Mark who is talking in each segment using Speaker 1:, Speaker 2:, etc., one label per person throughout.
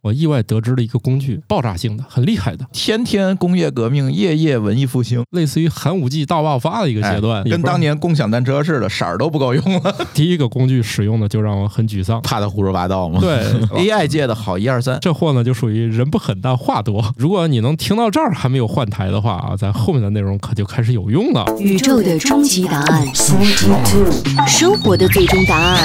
Speaker 1: 我意外得知了一个工具，爆炸性的，很厉害的，
Speaker 2: 天天工业革命，夜夜文艺复兴，
Speaker 1: 类似于寒武纪大爆发的一个阶段，
Speaker 2: 哎
Speaker 1: 也
Speaker 2: 跟
Speaker 1: 不知道
Speaker 2: 当年共享单车似的，色儿都不够用 了。
Speaker 1: 第一个工具使用的就让我很沮 丧。
Speaker 3: 怕他胡说八道 吗？
Speaker 1: 对，
Speaker 2: AI 界的好一二三，
Speaker 1: 这货呢就属于人不狠但话多。如果你能听到这儿还没有换台的话啊，咱后面的内容可就开始有用了。
Speaker 4: 宇宙的终极答案，生活的最终答案。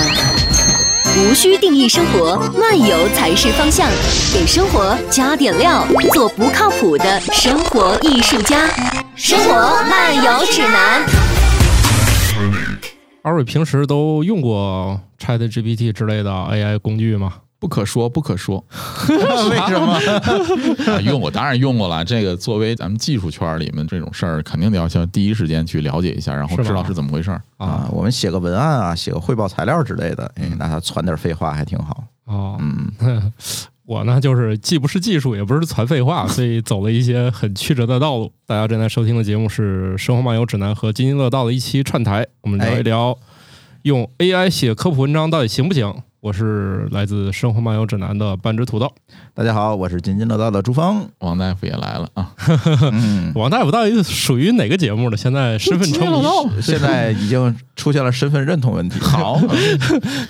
Speaker 4: 无需定义生活，漫游才是方向。给生活加点料，做不靠谱的生活艺术家。生活漫游指南。
Speaker 1: 二位平时都用过 Chat GPT 之类的 AI 工具吗？
Speaker 2: 不可说，不可说。为什么？
Speaker 3: 啊，用过当然用过了。这个作为咱们技术圈里面这种事儿，肯定得要先第一时间去了解一下，然
Speaker 1: 是
Speaker 3: 后
Speaker 1: 吧
Speaker 3: 知道是怎么回事儿。
Speaker 2: 啊，我们写个文案啊，写个汇报材料之类的，哎，那他传点废话还挺好。
Speaker 1: 哦，
Speaker 2: 嗯，
Speaker 1: 我呢就是既不是技术，也不是传废话，所以走了一些很曲折的道路。大家正在收听的节目是《生活漫游指南》和津津乐道的一期串台，我们
Speaker 2: 哎
Speaker 1: 聊一聊用 AI 写科普文章到底行不行。我是来自《生活漫游指南》的半只土豆，
Speaker 2: 大家好，我是津津乐道的朱峰。
Speaker 3: 王大夫也来了啊，
Speaker 2: 嗯，
Speaker 1: 王大夫到底属于哪个节目呢？现在身份称谜，
Speaker 2: 现在已经出现了身份认同问题。好，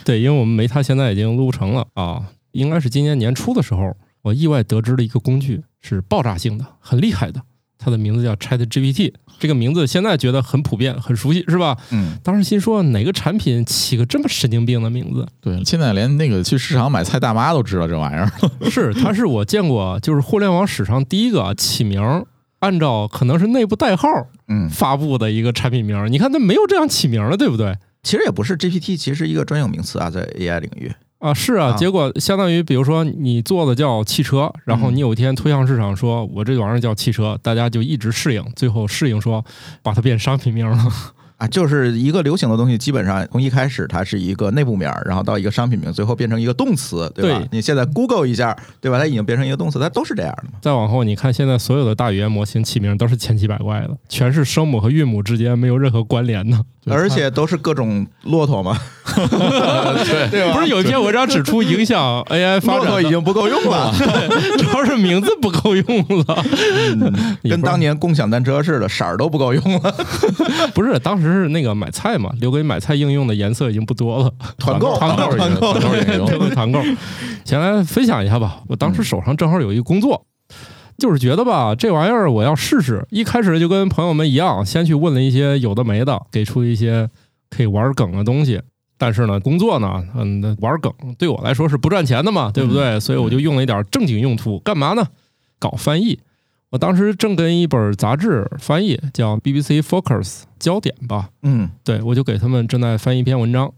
Speaker 1: 对，因为我们没他现在已经录不成了啊，应该是今年年初的时候，我意外得知了一个工具是爆炸性的，很厉害的，它的名字叫 Chat GPT，这个名字现在觉得很普遍、很熟悉，是吧？
Speaker 2: 嗯，
Speaker 1: 当时心说哪个产品起个这么神经病的名字？
Speaker 3: 对，现在连那个去市场买菜大妈都知道这玩意儿。
Speaker 1: 是，它是我见过就是互联网史上第一个起名儿按照可能是内部代号
Speaker 2: 嗯，
Speaker 1: 发布的一个产品名儿。你看，它没有这样起名儿的，对不对？
Speaker 2: 其实也不是 GPT，其实是一个专有名词啊，在 AI 领域。
Speaker 1: 啊，是啊，
Speaker 2: 啊
Speaker 1: 结果相当于，比如说你做的叫汽车，然后你有一天推向市场说，我这玩意儿叫汽车，大家就一直适应，最后适应说把它变商品名了。
Speaker 2: 啊，就是一个流行的东西，基本上从一开始它是一个内部名儿，然后到一个商品名，最后变成一个动词，对吧？
Speaker 1: 对
Speaker 2: 你现在 Google 一下，对吧？它已经变成一个动词，它都是这样的嘛。
Speaker 1: 再往后，你看现在所有的大语言模型起名都是千奇百怪的，全是声母和韵母之间没有任何关联的。
Speaker 3: 对
Speaker 2: 而且都是各种骆驼 嘛，
Speaker 3: 对，
Speaker 2: 对吧？
Speaker 1: 不是有一篇文章指出，影响 AI 发
Speaker 2: 骆
Speaker 1: 展
Speaker 2: 驼已
Speaker 1: 的
Speaker 2: 经不够用 了，
Speaker 1: 主要是名字不够用了，也
Speaker 2: 跟
Speaker 1: 不是
Speaker 2: 当年共享单车似的，色儿都不够用了。
Speaker 1: 不是当时是那个买菜嘛，留给买菜应用的颜色已经不多了。
Speaker 2: 团购
Speaker 1: 团购
Speaker 3: 团购团购也有
Speaker 1: 对对团购。先来分享一下吧，我当时手上正好有一个工作，就是觉得吧，这玩意儿我要试试。一开始就跟朋友们一样，先去问了一些有的没的，给出一些可以玩梗的东西。但是呢，工作呢，嗯，那玩梗对我来说是不赚钱的嘛，对不对？所以我就用了一点正经用途，干嘛呢？搞翻译。我当时正跟一本杂志翻译，叫 BBC Focus 焦点吧，
Speaker 2: 嗯，
Speaker 1: 对，我就给他们正在翻译一篇文章。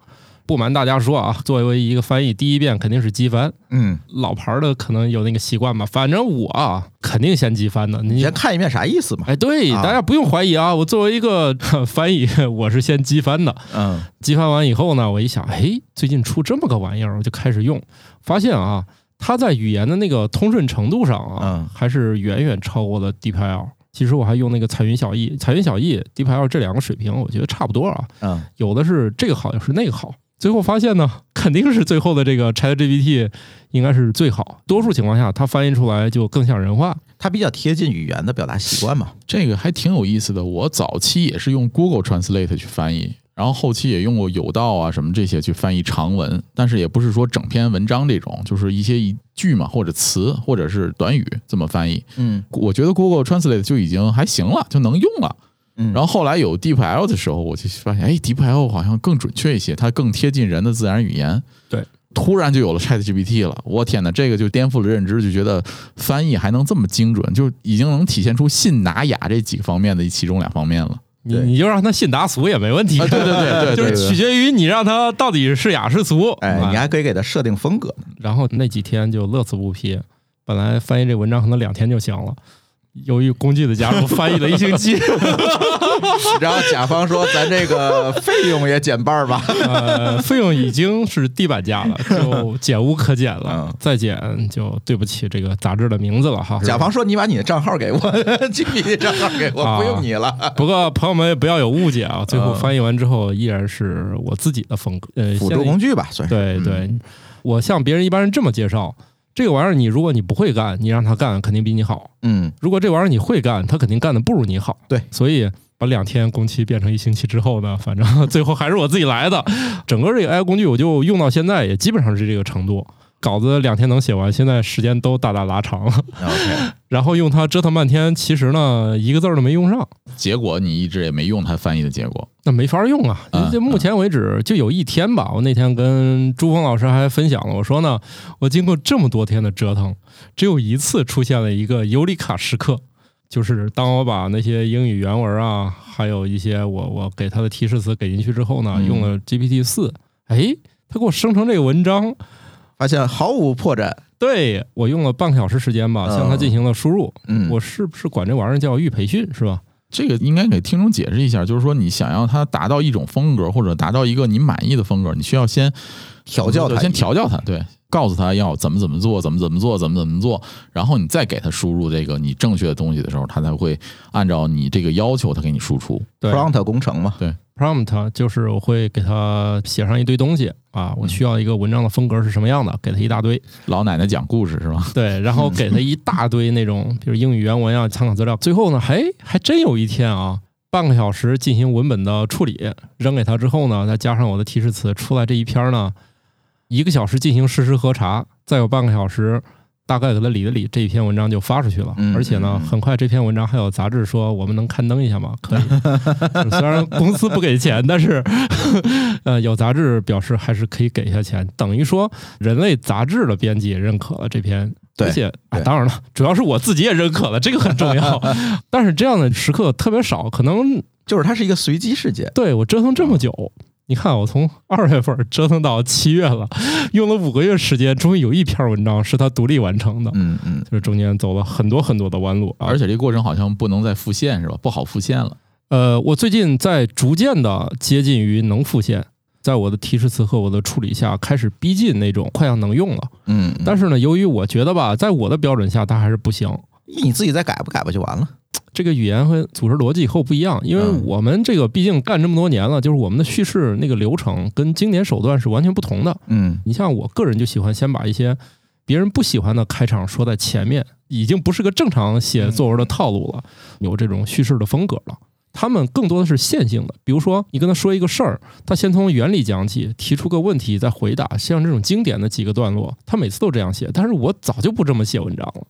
Speaker 1: 不瞒大家说啊，作为一个翻译，第一遍肯定是机翻。
Speaker 2: 嗯，
Speaker 1: 老牌儿的可能有那个习惯吧，反正我啊肯定先机翻的。
Speaker 2: 你
Speaker 1: 你
Speaker 2: 先看一遍啥意思嘛？
Speaker 1: 哎，对，
Speaker 2: 啊
Speaker 1: 大家不用怀疑啊，我作为一个 呵翻译，我是先机翻的。
Speaker 2: 嗯
Speaker 1: 机翻完以后呢，我一想，哎，最近出这么个玩意儿，我就开始用，发现啊，它在语言的那个通顺程度上啊，
Speaker 2: 嗯
Speaker 1: 还是远远超过了 DeepL。其实我还用那个彩云小艺，彩云小艺、DeepL 这两个水平，我觉得差不多啊。
Speaker 2: 嗯，
Speaker 1: 有的是这个好，有的是那个好。最后发现呢，肯定是最后的这个 ChatGPT 应该是最好。多数情况下，它翻译出来就更像人话。
Speaker 2: 它比较贴近语言的表达习惯嘛。
Speaker 3: 这个还挺有意思的。我早期也是用 Google Translate 去翻译，然后后期也用过有道啊什么这些去翻译长文，但是也不是说整篇文章这种，就是一些一句嘛，或者词，或者是短语这么翻译。
Speaker 2: 嗯
Speaker 3: 我觉得 Google Translate 就已经还行了，就能用了。
Speaker 2: 嗯
Speaker 3: 然后后来有 DeepL 的时候，我就发现，哎，DeepL 好像更准确一些，它更贴近人的自然语言。
Speaker 1: 对，
Speaker 3: 突然就有了 ChatGPT 了，我天哪，这个就颠覆了认知，就觉得翻译还能这么精准，就已经能体现出信拿雅这几个方面的其中两方面了。
Speaker 1: 你
Speaker 2: 对
Speaker 1: 你就让它信达俗也没问题，
Speaker 3: 啊对对对对对
Speaker 1: 就是取决于你让它到底是雅是俗。
Speaker 2: 哎，
Speaker 1: 啊
Speaker 2: 你还可以给它设定风格呢。
Speaker 1: 然后那几天就乐此不疲。本来翻译这文章可能两天就行了，由于工具的加入，翻译了一 星期。
Speaker 2: 然后甲方说：“咱这个费用也减半儿吧。
Speaker 1: 呃，费用已经是地板价了，就减无可减了
Speaker 2: 嗯，
Speaker 1: 再减就对不起这个杂志的名字了哈”。
Speaker 2: 甲方说：“你把你的账号给我，经理的账号给
Speaker 1: 啊
Speaker 2: 我，不用你了。
Speaker 1: 不过朋友们也不要有误解
Speaker 2: 嗯
Speaker 1: 啊，最后翻译完之后依然是我自己的风格，呃，”
Speaker 2: 辅
Speaker 1: 现在
Speaker 2: 助嗯工具吧，算是。
Speaker 1: 对对，我向别人一般人这么介绍这个玩意儿你如果你不会干，你让他干肯定比你好；
Speaker 2: 嗯，
Speaker 1: 如果这玩意儿你会干，他肯定干的不如你好。
Speaker 2: 对，
Speaker 1: 所以把两天工期变成一星期之后呢，反正最后还是我自己来的。 整个这个 AI 工具我就用到现在，也基本上是这个程度。稿子两天能写完，现在时间都大大拉长了。
Speaker 2: ，OK，
Speaker 1: 然后用它折腾半天，其实呢一个字儿都没用上，
Speaker 3: 结果你一直也没用它翻译的结果，
Speaker 1: 那没法用啊
Speaker 3: 嗯！
Speaker 1: 这目前为止就有一天吧，我那天跟朱峰老师还分享了，我说呢，我经过这么多天的折腾，只有一次出现了一个尤里卡时刻，就是当我把那些英语原文啊，还有一些我我给他的提示词给进去之后呢，
Speaker 3: 嗯
Speaker 1: 用了 GPT 四，哎，他给我生成这个文章，
Speaker 2: 发现毫无破绽。
Speaker 1: 对我用了半个小时时间吧，向他进行了输入，
Speaker 2: 嗯，
Speaker 1: 我是不是管这玩意儿叫预培训是吧？
Speaker 3: 这个应该给听众解释一下，就是说你想要它达到一种风格，或者达到一个你满意的风格，你需要先
Speaker 2: 调教它
Speaker 3: 先调教它，对，告诉它要怎么怎么做，怎么怎么做，怎么怎么做，然后你再给它输入这个你正确的东西的时候，它才会按照你这个要求，它给你输出。
Speaker 1: 对
Speaker 2: prompt 工程嘛，
Speaker 1: prompt 就是我会给他写上一堆东西啊，我需要一个文章的风格是什么样的，给他一大堆，
Speaker 3: 老奶奶讲故事是吧？
Speaker 1: 对，然后给他一大堆那种，比如英语原文啊、参考资料。最后呢，还还真有一天啊，半个小时进行文本的处理，扔给他之后呢，再加上我的提示词，出来这一篇呢，一个小时进行实时核查，再有半个小时。大概给他理了理，这一篇文章就发出去了。
Speaker 2: 嗯
Speaker 1: 而且呢，
Speaker 2: 嗯
Speaker 1: 很快这篇文章还有杂志说我们能刊登一下吗？可以， 虽然公司不给钱，但是 呃，有杂志表示还是可以给一下钱，等于说人类杂志的编辑也认可了这篇。
Speaker 2: 对
Speaker 1: 而且、哎
Speaker 2: 对
Speaker 1: 当然了， 主要是我自己也认可了，这个很重 要。但是这样的时刻特别少，可能
Speaker 2: 就是它是一个随机事件。
Speaker 1: 对我折腾这么
Speaker 2: 哦
Speaker 1: 久，你看我从二月份折腾到七月了，用了五个月时间，终于有一篇文章是他独立完成的，
Speaker 2: 嗯嗯，
Speaker 1: 就是中间走了很多很多的弯路。啊
Speaker 3: 而且这过程好像不能再复现是吧？不好复现了。
Speaker 1: 呃，我最近在逐渐的接近于能复现，在我的提示词和我的处理下，开始逼近那种快要能用了。
Speaker 2: 嗯，嗯
Speaker 1: 但是呢，由于我觉得吧，在我的标准下，它还是不行。
Speaker 2: 你自己再改吧，改吧就完了。
Speaker 1: 这个语言和组织逻辑以后不一样，因为
Speaker 2: 嗯
Speaker 1: 我们这个毕竟干这么多年了，就是我们的叙事那个流程跟经典手段是完全不同的。
Speaker 2: 嗯
Speaker 1: 你像我个人就喜欢先把一些别人不喜欢的开场说在前面，已经不是个正常
Speaker 3: 嗯
Speaker 1: 写作文的套路了，有这种叙事的风格了。他们更多的是线性的，比如说你跟他说一个事儿，他先从原理讲起，提出个问题再回答，像这种经典的几个段落，他每次都这样写。但是我早就不这么写文章了。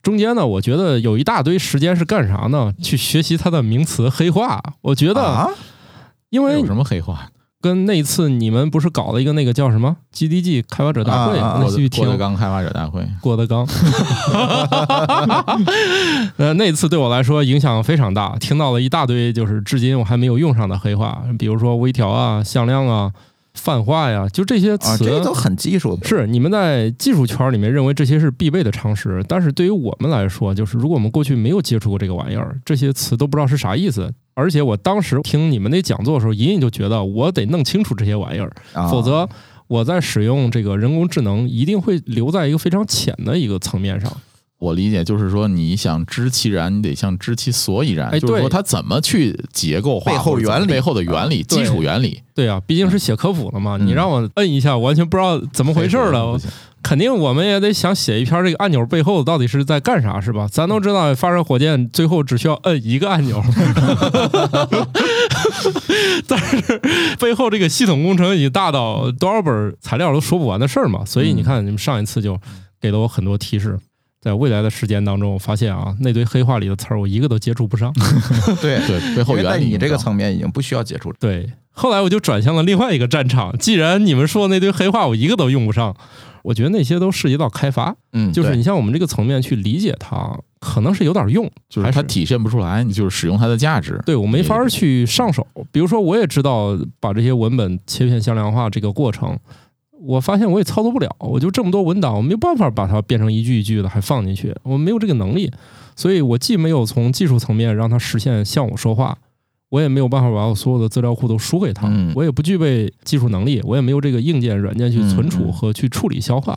Speaker 1: 中间呢，我觉得有一大堆时间是干啥呢？去学习它的名词黑化。我觉得，
Speaker 2: 啊，
Speaker 1: 因为
Speaker 3: 有什么黑话？
Speaker 1: 跟那一次你们不是搞了一个那个叫什么 GDG 开发者大会，
Speaker 2: 啊啊
Speaker 1: 那
Speaker 3: 郭
Speaker 1: 去
Speaker 3: 德
Speaker 1: 听
Speaker 3: 郭德纲开发者大会，
Speaker 1: 郭德 纲。呃，那次对我来说影响非常大，听到了一大堆就是至今我还没有用上的黑话，比如说微调啊、向量啊、泛化呀，就这些
Speaker 2: 啊，
Speaker 1: 词。
Speaker 2: 这都很技术的。
Speaker 1: 是你们在技术圈里面认为这些是必备的常识，但是对于我们来说，就是如果我们过去没有接触过这个玩意儿，这些词都不知道是啥意思。而且我当时听你们那讲座的时候，隐隐就觉得我得弄清楚这些玩意儿，
Speaker 2: 啊
Speaker 1: 否则我在使用这个人工智能一定会留在一个非常浅的一个层面上。
Speaker 3: 我理解就是说，你想知其然，你得像知其所以然，
Speaker 1: 哎
Speaker 3: 就是说
Speaker 1: 对
Speaker 3: 它怎么去结构化
Speaker 2: 背后
Speaker 3: 或者怎么
Speaker 2: 原理
Speaker 3: 背后的原理、
Speaker 1: 啊对
Speaker 3: 基础 原理，
Speaker 1: 对啊，毕竟是写科普的嘛，
Speaker 2: 嗯
Speaker 1: 你让我摁一下，完全不知道怎么回事儿了。
Speaker 3: 不
Speaker 1: 我
Speaker 3: 行
Speaker 1: 肯定我们也得想写一篇这个按钮背后到底是在干啥，是吧？咱都知道发射火箭最后只需要摁一个按钮， 但是背后这个系统工程已经大到多少本材料都说不完的事儿嘛。
Speaker 3: 嗯
Speaker 1: 所以你看，你们上一次就给了我很多提示。在未来的时间当中，我发现啊，那堆黑话里的词儿我一个都接触不上。
Speaker 2: 对，
Speaker 3: 对背后
Speaker 2: 因为在
Speaker 3: 原理
Speaker 2: 你
Speaker 3: 用不
Speaker 2: 这个
Speaker 3: 着
Speaker 2: 层面已经不需要接触了。
Speaker 1: 对，后来我就转向了另外一个战场。既然你们说的那堆黑话我一个都用不上，我觉得那些都涉及到开发。
Speaker 2: 嗯，
Speaker 1: 就是
Speaker 2: 对
Speaker 1: 你像我们这个层面去理解它，可能是有点用，
Speaker 3: 就是
Speaker 1: 还
Speaker 3: 它体现不出来，你就是使用它的 价值。
Speaker 1: 对我没法儿去上手。比如说，我也知道把这些文本切片向量化这个过程，我发现我也操作不了，我就这么多文档，我没有办法把它变成一句一句的还放进去，我没有这个能力，所以我既没有从技术层面让它实现向我说话。我也没有办法把我所有的资料库都输给它，
Speaker 2: 嗯
Speaker 1: 我也不具备技术能力，我也没有这个硬件、软件去存
Speaker 2: 嗯
Speaker 1: 储
Speaker 2: 嗯
Speaker 1: 和去处理消化。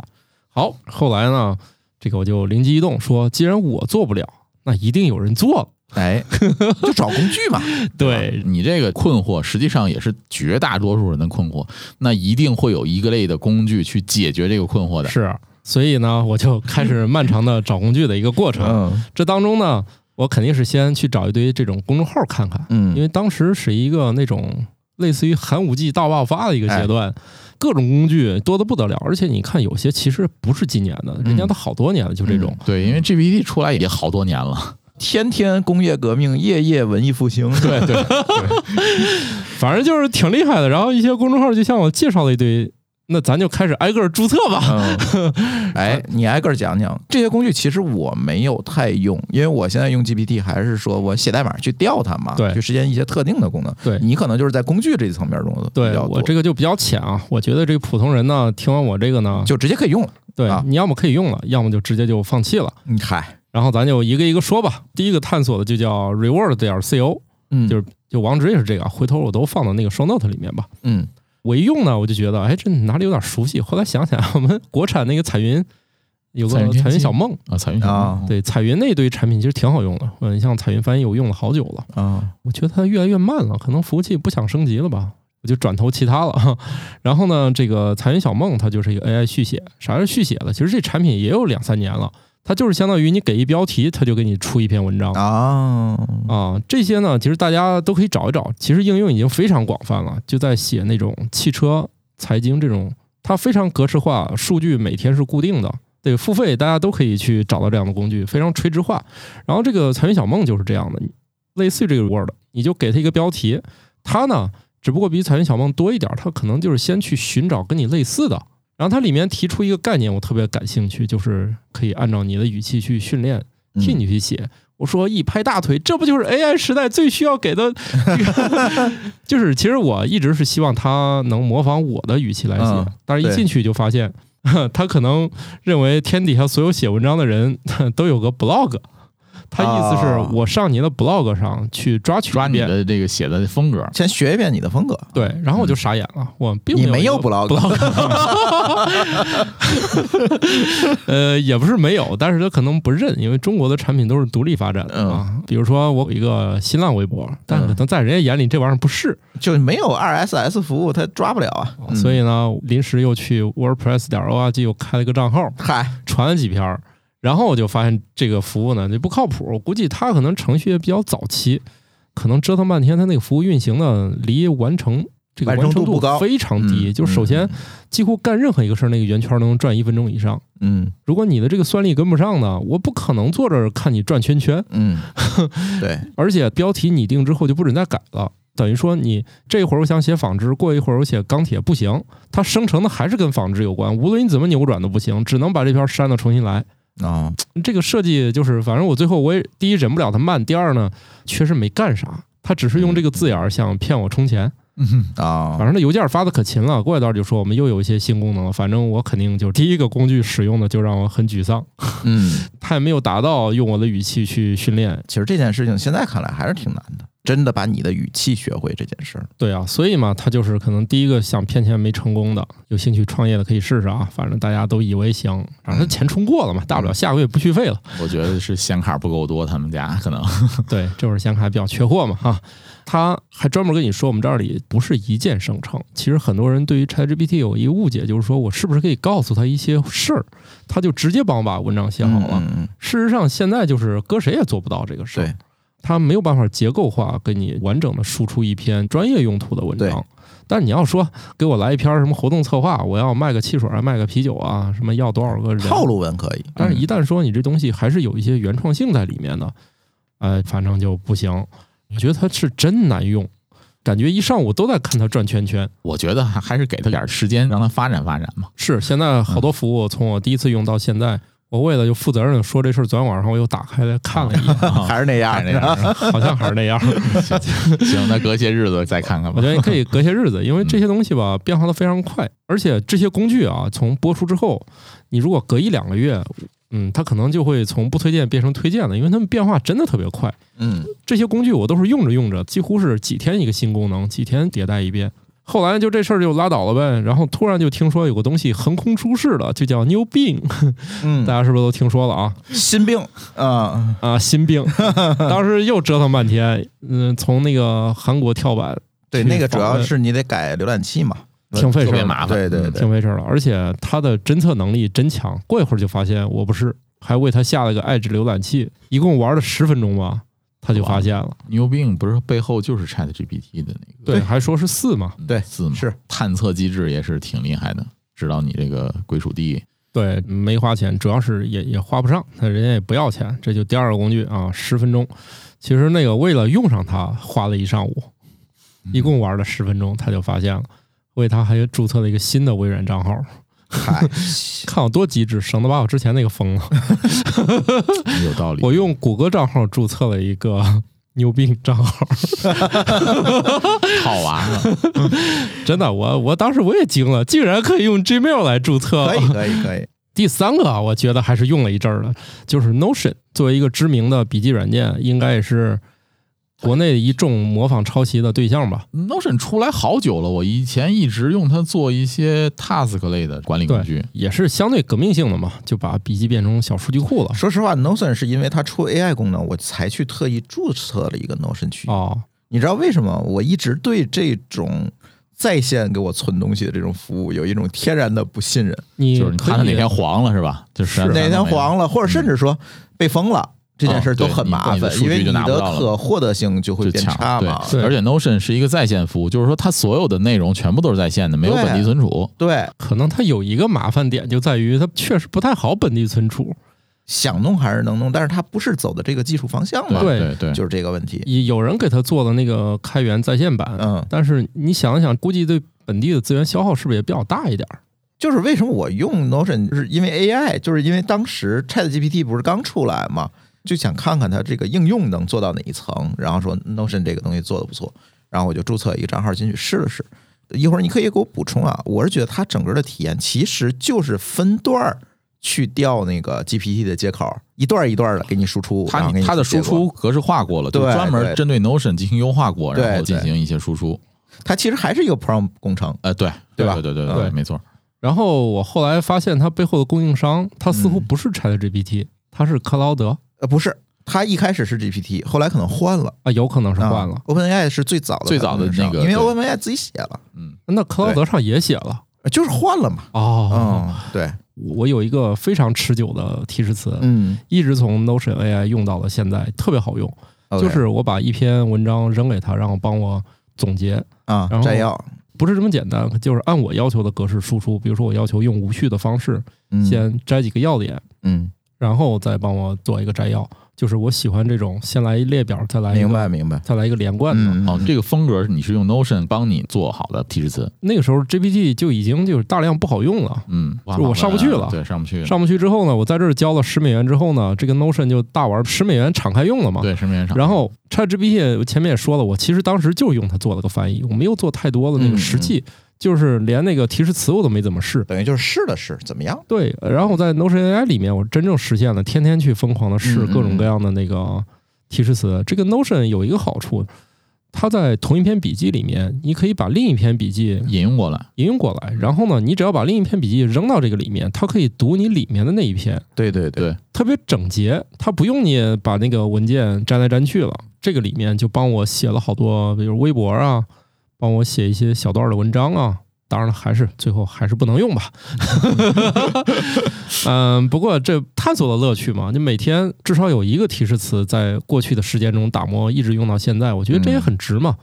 Speaker 1: 好，后来呢，这个我就灵机一动，说既然我做不了，那一定有人做了。
Speaker 2: 哎，就找工具嘛。
Speaker 1: 对，
Speaker 3: 哎你这个困惑，实际上也是绝大多数人的困惑。那一定会有一个类的工具去解决这个困惑的。
Speaker 1: 是，啊所以呢，我就开始漫长的找工具的一个过程。
Speaker 2: 嗯
Speaker 1: 这当中呢，我肯定是先去找一堆这种公众号看看，
Speaker 2: 嗯，
Speaker 1: 因为当时是一个那种类似于寒武纪大爆发的一个
Speaker 2: 哎
Speaker 1: 阶段，各种工具多的不得了，而且你看有些其实不是今年的，
Speaker 2: 嗯
Speaker 1: 人家都好多年了，就这种。
Speaker 3: 对，因为 GPT 出来也好多年了，
Speaker 2: 天天工业革命，夜夜文艺复兴，
Speaker 3: 对对，
Speaker 1: 反正就是挺厉害的。然后一些公众号就向我介绍了一堆，那咱就开始挨个儿注册吧。
Speaker 2: 嗯，哎，你挨个儿讲讲这些工具。其实我没有太用，因为我现在用 GPT 还是说我写代码去调它嘛，
Speaker 1: 对
Speaker 2: 去实现一些特定的功能。
Speaker 1: 对
Speaker 2: 你可能就是在工具这一层面用的比
Speaker 1: 对
Speaker 2: 较多，嗯
Speaker 1: 我这个就比较浅啊，我觉得这个普通人呢，听完我这个呢，
Speaker 2: 就直接可以用了。
Speaker 1: 对
Speaker 2: 啊
Speaker 1: 你要么可以用了，要么就直接就放弃了。
Speaker 2: 嗯，嗨，
Speaker 1: 然后咱就一个一个说吧。第一个探索的就叫 reward 点 co，
Speaker 2: 嗯，
Speaker 1: 就是就网址也是这个，回头我都放到那个 show note 里面吧。
Speaker 2: 嗯
Speaker 1: 我一用呢，我就觉得，哎，这哪里有点熟悉。后来想想，我们国产那个彩云有个
Speaker 3: 彩云天气
Speaker 1: 彩云小梦，
Speaker 3: 啊，彩云
Speaker 2: 啊
Speaker 1: 对彩云那一堆产品其实挺好用的。嗯，像彩云翻译我用了好久了，
Speaker 2: 啊，
Speaker 1: 我觉得它越来越慢了，可能服务器不想升级了吧，我就转投其他了。 然后呢，这个彩云小梦它就是一个 AI 续写，啥是续写的？其实这产品也有两三年了，它就是相当于你给一标题，它就给你出一篇文章。
Speaker 2: 啊，
Speaker 1: 啊，这些呢，其实大家都可以找一找。其实应用已经非常广泛了，就在写那种汽车、财经这种，它非常格式化，数据每天是固定的，对，付费大家都可以去找到这样的工具，非常垂直化。然后这个财云小梦就是这样的，类似于这个 Word，你就给它一个标题，它呢，只不过比财云小梦多一点儿，它可能就是先去寻找跟你类似的。然后它里面提出一个概念，我特别感兴趣，就是可以按照你的语气去训练，替你去写。我说一拍大腿，这不就是 AI 时代最需要给的？ 就是其实我一直是希望它能模仿我的语气来写，
Speaker 2: 嗯
Speaker 1: 但是一
Speaker 2: 对
Speaker 1: 进去就发现， 他可能认为天底下所有写文章的人 都有个 blog。他意思
Speaker 2: 啊
Speaker 1: 是我上你的 blog 上去抓取
Speaker 3: 抓
Speaker 1: 一
Speaker 3: 你
Speaker 1: 遍，
Speaker 3: 的这个写的风格，
Speaker 2: 先学一遍你的风格。
Speaker 1: 对，然后我就傻眼了，我并
Speaker 2: 嗯你没
Speaker 1: 有
Speaker 2: 有
Speaker 1: 一个
Speaker 2: blog
Speaker 1: blog 呃，也不是没有，但是他可能不认，因为中国的产品都是独立发展的啊。
Speaker 2: 嗯
Speaker 1: 比如说我有一个新浪微博，但可能在人家眼里这玩意儿不是，
Speaker 2: 就没有 RSS 服务，它抓不了啊。嗯
Speaker 1: 所以呢，临时又去 WordPress 点 org 又开了个账号，
Speaker 2: 嗯嗨，
Speaker 1: 传了几篇儿，然后我就发现这个服务呢就不靠谱，我估计它可能程序也比较早期，可能折腾半天，它那个服务运行呢离完成这个
Speaker 2: 完成
Speaker 1: 完成
Speaker 2: 度不高
Speaker 1: 非常低，
Speaker 2: 嗯
Speaker 1: 就是首先几乎干任何一个事儿，那个圆圈都能转一分钟以上。
Speaker 2: 嗯
Speaker 1: 如果你的这个算力跟不上呢，我不可能坐这儿看你转圈圈，
Speaker 2: 嗯，对，
Speaker 1: 而且标题拟定之后就不准再改了。等于说，你这一会儿我想写纺织，过一会儿我写钢铁，不行，它生成的还是跟纺织有关，无论你怎么扭转都不行，只能把这篇删了重新来。
Speaker 2: 啊，
Speaker 1: 这个设计就是，反正我最后我也第一忍不了它慢，第二呢，确实没干啥，它只是用这个字眼儿想骗我充钱。
Speaker 2: 啊
Speaker 1: 反正那邮件发的可勤了，过一段就说我们又有一些新功能了，反正我肯定就第一个工具使用的就让我很沮丧，
Speaker 2: 嗯，
Speaker 1: 它也没有达到用我的语气去训练。
Speaker 2: 其实这件事情现在看来还是挺难的，真的把你的语气学会这件事儿。
Speaker 1: 对啊，所以嘛，它就是可能第一个想骗钱没成功的，有兴趣创业的可以试试啊，反正大家都以为行，反正钱充过了嘛，大不了下个月不续费了。
Speaker 3: 我觉得是显卡不够多，他们家可能
Speaker 1: 对，这会儿显卡比较缺货嘛，哈。他还专门跟你说，我们这里不是一键生成。其实很多人对于 ChatGPT 有一个误解，就是说我是不是可以告诉他一些事儿，他就直接帮我把文章写好了。
Speaker 2: 嗯，嗯
Speaker 1: 事实上，现在就是搁谁也做不到这个事
Speaker 2: 对
Speaker 1: 儿，他没有办法结构化给你完整的输出一篇专业用途的文
Speaker 2: 对
Speaker 1: 章。但你要说给我来一篇什么活动策划，我要卖个汽水啊，卖个啤酒啊，什么要多少个人
Speaker 2: 套路文可以，嗯
Speaker 1: 但是，
Speaker 3: 嗯
Speaker 1: 一旦说你这东西还是有一些原创性在里面的，呃，反正就不行。我觉得它是真难用，感觉一上午都在看它转圈圈。
Speaker 3: 我觉得还还是给他点儿时间，让他发展发展嘛。
Speaker 1: 是，现在好
Speaker 3: 嗯
Speaker 1: 多服务从我第一次用到现在，我为了就负责任的说这事儿，昨天晚上我又打开来看了一眼，
Speaker 2: 还是那样
Speaker 3: 还是那样是吧
Speaker 1: 好像还是那样。
Speaker 3: 行，那嗯隔些日子再看看
Speaker 1: 我
Speaker 3: 吧
Speaker 1: 觉。得你可以隔些日子，因为这些东西吧变化的非常快，而且这些工具啊，从播出之后，你如果隔一两个月，嗯，它可能就会从不推荐变成推荐了，因为它们变化真的特别快。
Speaker 2: 嗯，
Speaker 1: 这些工具我都是用着用着，几乎是几天一个新功能，几天迭代一遍。后来就这事儿就拉倒了呗，然后突然就听说有个东西横空出世了，就叫 New Bing，
Speaker 2: 嗯
Speaker 1: 大家是不是都听说了啊？
Speaker 2: 心病啊，
Speaker 1: 啊，新 病，当时又折腾半天，嗯，从那个韩国跳板，
Speaker 2: 对，
Speaker 1: 去
Speaker 2: 那个主
Speaker 1: 访
Speaker 2: 要
Speaker 1: 问
Speaker 2: 是你得改浏览器嘛，
Speaker 1: 挺费事儿
Speaker 5: 特别
Speaker 1: 的
Speaker 5: 麻烦，
Speaker 2: 对对
Speaker 5: 嗯
Speaker 2: 对
Speaker 1: 挺没事儿了。而且它的侦测能力真强，过一会儿就发现我不是，还为它下了个爱智浏览器，一共玩了十分钟吧，他就发现了。
Speaker 3: 你有病，不是背后就是 Chat GPT 的那个
Speaker 1: 对，还说是四嘛，
Speaker 2: 对
Speaker 3: 字嘛？
Speaker 2: 是
Speaker 3: 探测机制也是挺厉害的，知道你这个归属地。
Speaker 1: 对，没花钱，主要是也也花不上，那人家也不要钱，这就第二个工具啊，十分钟。其实那个为了用上它，花了一上午，
Speaker 2: 嗯
Speaker 1: 一共玩了十分钟，他就发现了，为他还注册了一个新的微软账号，
Speaker 2: 嗨，
Speaker 1: 看我多机智，省得把我之前那个封了。
Speaker 3: 有道理。
Speaker 1: 我用谷歌账号注册了一个牛病账号，
Speaker 3: 套娃了，
Speaker 1: 真的，我我当时我也惊了，竟然可以用 Gmail 来注册。
Speaker 2: 可以可以可以，
Speaker 1: 第三个啊，我觉得还是用了一阵儿了，就是 Notion 作为一个知名的笔记软件，应该也是国内一众模仿抄袭的对象吧。
Speaker 3: Notion 出来好久了，我以前一直用它做一些 task 类的管理工具
Speaker 1: 对。，也是相对革命性的嘛，就把笔记变成小数据库了。
Speaker 2: 说实话，Notion 是因为它出 AI 功能，我才去特意注册了一个 Notion 区。
Speaker 1: 哦，
Speaker 2: 你知道为什么？我一直对这种在线给我存东西的这种服务有一种天然的不信任。
Speaker 1: 你
Speaker 3: 就是你
Speaker 1: 可
Speaker 3: 看它哪
Speaker 1: 以
Speaker 3: 天黄了是吧？就是啊
Speaker 2: 哪天黄
Speaker 3: 了，
Speaker 2: 了，或者甚至说被封了，这件事儿都很麻
Speaker 3: 对
Speaker 2: 烦
Speaker 3: 你，
Speaker 2: 因为你
Speaker 3: 你的数据就拿不
Speaker 2: 的
Speaker 3: 到了
Speaker 2: 可获得性就会
Speaker 3: 就
Speaker 2: 变
Speaker 3: 强
Speaker 2: 差嘛。
Speaker 1: 对
Speaker 3: 而且 Notion 是一个在线服务，就是说它所有的内容全部都是在线的，没有
Speaker 2: 对
Speaker 3: 本地存储。
Speaker 2: 对，
Speaker 1: 可能它有一个麻烦点，就在于它确实不太好本地存储。
Speaker 2: 想弄还是能弄，但是它不是走的这个技术方向嘛，
Speaker 1: 对
Speaker 3: 对对，
Speaker 2: 就是这个问题。
Speaker 1: 也有人给他做了那个开源在线版，
Speaker 2: 嗯
Speaker 1: 但是你想一想，估计对本地的资源消耗是不是也比较大一点儿？
Speaker 2: 就是为什么我用 Notion，就是因为 AI，就是因为当时 Chat GPT 不是刚出来嘛，就想看看它这个应用能做到哪一层，然后说 Notion 这个东西做的不错，然后我就注册一个账号进去试了试。一会儿你可以给我补充啊，我是觉得它整个的体验其实就是分段儿去调那个 GPT 的接口，一段儿一段的给你输出，然
Speaker 3: 它
Speaker 2: 后给你
Speaker 3: 它的输
Speaker 2: 结果
Speaker 3: 出格式化过了，就
Speaker 2: 对
Speaker 3: 专门
Speaker 2: 对
Speaker 3: 针对 Notion 进行优化过，然后
Speaker 2: 对对
Speaker 3: 进行一些输出。
Speaker 2: 它其实还是一个 prompt 工程，
Speaker 3: 呃，对
Speaker 2: 对吧
Speaker 3: 对对对
Speaker 1: 对
Speaker 3: 没错。
Speaker 1: 然后我后来发现，它背后的供应商，它似
Speaker 2: 嗯
Speaker 1: 乎不是 ChatGPT，、它是克劳德
Speaker 2: 呃，不是，它一开始是 GPT，后来可能换了，
Speaker 1: 啊，有可能是换了。
Speaker 2: 啊 OpenAI 是最早的
Speaker 3: 最早的那个
Speaker 2: 因为
Speaker 3: 对
Speaker 2: OpenAI 自己写了。
Speaker 1: 那克劳德上也写了
Speaker 2: 就是换了嘛。
Speaker 1: 哦。
Speaker 2: 嗯，对，
Speaker 1: 我有一个非常持久的提示词，
Speaker 2: 嗯，
Speaker 1: 一直从 Notion AI 用到了现在，特别好用。就是我把一篇文章扔给他，让我帮我总结，
Speaker 2: 啊
Speaker 1: 然，后
Speaker 2: 摘要，
Speaker 1: 不是这么简单，就是按我要求的格式输出。比如说，我要求用无序的方式，
Speaker 2: 嗯
Speaker 1: 先摘几个要点，
Speaker 2: 嗯，
Speaker 1: 然后再帮我做一个摘要。就是我喜欢这种，先来一列表，再来一
Speaker 2: 明
Speaker 1: 个，
Speaker 2: 白明白，
Speaker 1: 再来一个连贯的。
Speaker 2: 嗯，
Speaker 3: 哦，这个风格你是用 Notion 帮你做好的提示词，
Speaker 1: 那个时候 GPT 就已经就是大量不好用了。
Speaker 3: 嗯，
Speaker 1: 就是我上不去了
Speaker 3: 对，上不去了，
Speaker 1: 上不去之后呢，我在这儿交了十美元之后呢，这个 Notion 就大玩十美元敞开用了嘛。
Speaker 3: 对，市面上。
Speaker 1: 然后 ChatGPT 我前面也说了，我其实当时就用它做了个翻译，我没有做太多的那个
Speaker 2: 嗯
Speaker 1: 实际，就是连那个提示词我都没怎么试。
Speaker 2: 等于就是试了试，怎么样？
Speaker 1: 对，然后我在 Notion AI 里面，我真正实现了天天去疯狂的试
Speaker 2: 嗯嗯
Speaker 1: 各种各样的那个提示词。这个 Notion 有一个好处，它在同一篇笔记里面，你可以把另一篇笔记
Speaker 3: 引用过来，
Speaker 1: 引用过来，然后呢，你只要把另一篇笔记扔到这个里面，它可以读你里面的那一篇，
Speaker 2: 对对
Speaker 3: 对
Speaker 1: 特别整洁，它不用你把那个文件粘来粘去了。这个里面就帮我写了好多，比如微博啊，帮我写一些小段的文章啊。当然了，还是最后还是不能用吧。 嗯，不过这探索的乐趣嘛，你每天至少有一个提示词在过去的时间中打磨，一直用到现在，我觉得这也很值嘛。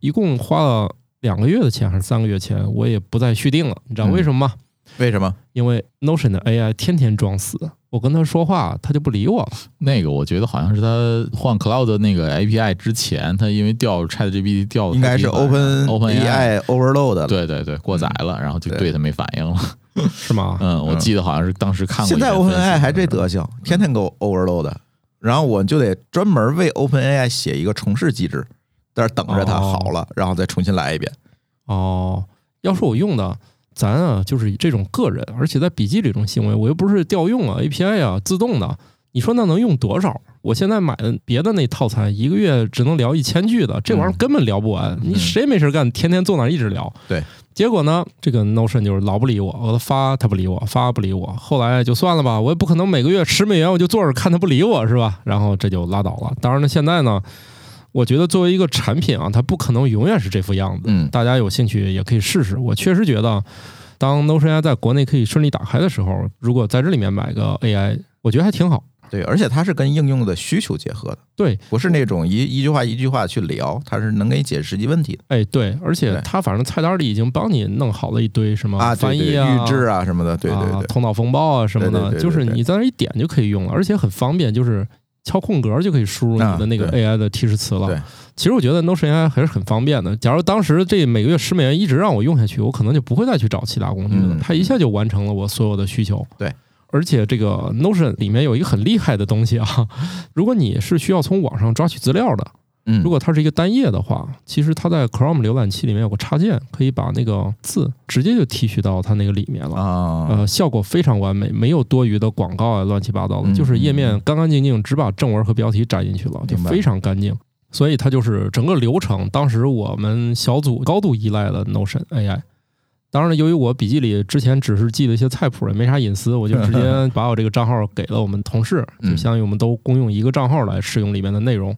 Speaker 1: 一共花了两个月的钱还是三个月钱，我也不再续订了。你知道为什么吗？
Speaker 2: 为什么？
Speaker 1: 因为 Notion 的 AI 天天装死，我跟他说话，他就不理我了。
Speaker 3: 那个我觉得好像是他换 Cloud 那个 API 之前，他因为调 ChatGPT 调的
Speaker 2: 应该是
Speaker 3: 太低了
Speaker 2: Open
Speaker 3: Open
Speaker 2: AI overload 了。嗯
Speaker 3: 对对对，过载了，然后就
Speaker 2: 对
Speaker 3: 对他没反应了。
Speaker 1: 是吗？
Speaker 3: 嗯，我记得好像是当时看过一
Speaker 2: 现
Speaker 3: 篇分
Speaker 2: 在
Speaker 3: 析。
Speaker 2: Open AI 还这德行，天天给我 overload，然后我就得专门为 Open AI 写一个重试机制，但是等着它
Speaker 1: 哦
Speaker 2: 好了，然后再重新来一遍。
Speaker 1: 哦，要是我用的，咱啊就是这种个人，而且在笔记里这种行为，我又不是调用啊 API 啊自动的，你说那能用多少？我现在买的别的那套餐，一个月只能聊一千句的，这玩意儿根本聊不完。你谁也没事干，天天坐那儿一直聊？
Speaker 2: 对。
Speaker 1: 结果呢，这个 Notion 就是老不理我，我发他不理我，发不理我。后来就算了吧，我也不可能每个月十美元我就坐着看他不理我是吧？然后这就拉倒了。当然了，现在呢，我觉得作为一个产品啊，它不可能永远是这副样子。
Speaker 2: 嗯
Speaker 1: 大家有兴趣也可以试试。我确实觉得，当 Notion AI 在国内可以顺利打开的时候，如果在这里面买个 AI，我觉得还挺好。
Speaker 2: 对，而且它是跟应用的需求结合的，
Speaker 1: 对，
Speaker 2: 不是那种一一句话一句话去聊，它是能给你解决实际问题的
Speaker 1: 哎，对，而且
Speaker 2: 对
Speaker 1: 它反正菜单里已经帮你弄好了一堆什么
Speaker 2: 啊，对
Speaker 1: 翻
Speaker 2: 对
Speaker 1: 译
Speaker 2: 预制啊什么的，对对
Speaker 1: 啊
Speaker 2: 对，
Speaker 1: 头脑风暴啊什么
Speaker 2: 对对
Speaker 1: 的，
Speaker 2: 对对
Speaker 1: 就是
Speaker 2: 对
Speaker 1: 你在那一点就可以用了，而且很方便，就是敲空格就可以输入你的那个
Speaker 2: 啊
Speaker 1: AI 的提示词
Speaker 2: 对
Speaker 1: 了。其实我觉得 Notion AI 还是很方便的。假如当时这每个月十美元一直让我用下去，我可能就不会再去找其他工具了
Speaker 2: 嗯。
Speaker 1: 它一下就完成了我所有的需求。
Speaker 2: 对。
Speaker 1: 而且这个 Notion 里面有一个很厉害的东西啊， 如果你是需要从网上抓取资料的，
Speaker 2: 嗯，
Speaker 1: 如果它是一个单页的话，其实它在 Chrome 浏览器里面有个插件，可以把那个字直接就提取到它那个里面了。
Speaker 2: 啊，
Speaker 1: 呃，效果非常完美，没有多余的广告啊，乱七八糟的，
Speaker 2: 嗯
Speaker 1: 就是页面
Speaker 2: 嗯
Speaker 1: 干干净净，只把正文和标题摘进去了，就
Speaker 2: 明白
Speaker 1: 非常干净。所以它就是整个流程，当时我们小组高度依赖了 Notion AI。当然了，由于我笔记里之前只是记了一些菜谱，也没啥隐私，我就直 接把我这个账号给了我们同事，就
Speaker 2: 嗯
Speaker 1: 相当于我们都共用一个账号来使用里面的内容。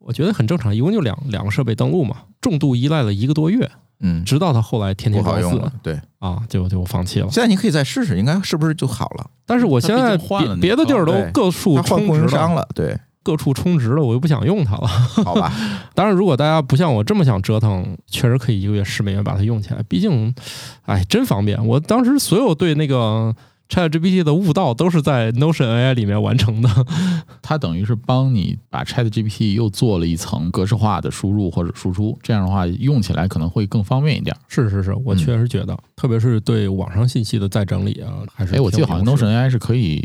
Speaker 1: 我觉得很正常，一共就两两个设备登录嘛，重度依赖了一个多月，
Speaker 2: 嗯，
Speaker 1: 直到它后来天
Speaker 2: 不
Speaker 1: 天
Speaker 2: 好
Speaker 1: 搞
Speaker 2: 用
Speaker 1: 死
Speaker 2: 了，对，
Speaker 1: 啊，就就放弃了。
Speaker 2: 现在你可以再试试，应该是不是就好了？
Speaker 1: 但是我现
Speaker 3: 它
Speaker 1: 在
Speaker 3: 毕竟换了
Speaker 1: 别别
Speaker 3: 那
Speaker 1: 的地儿都
Speaker 2: 对
Speaker 1: 各处
Speaker 2: 它换
Speaker 1: 充
Speaker 2: 供应
Speaker 1: 值
Speaker 2: 商
Speaker 1: 了，
Speaker 2: 了， 对，
Speaker 1: 各处充值了，我又不想用它了。
Speaker 2: 好吧，
Speaker 1: 当然，如果大家不像我这么想折腾，确实可以一个月十美元把它用起来。毕竟，哎，真方便。我当时所有对那个 ChatGPT 的悟道都是在 Notion AI 里面完成的。
Speaker 3: 它等于是帮你把 Chat GPT 又做了一层格式化的输入或者输出，这样的话用起来可能会更方便一点。
Speaker 1: 是是是，我
Speaker 2: 嗯
Speaker 1: 确实觉得，特别是对网上信息的再整理啊，还是
Speaker 3: 哎，我记得好像
Speaker 1: 挺有用
Speaker 3: Notion 嗯 AI 是可以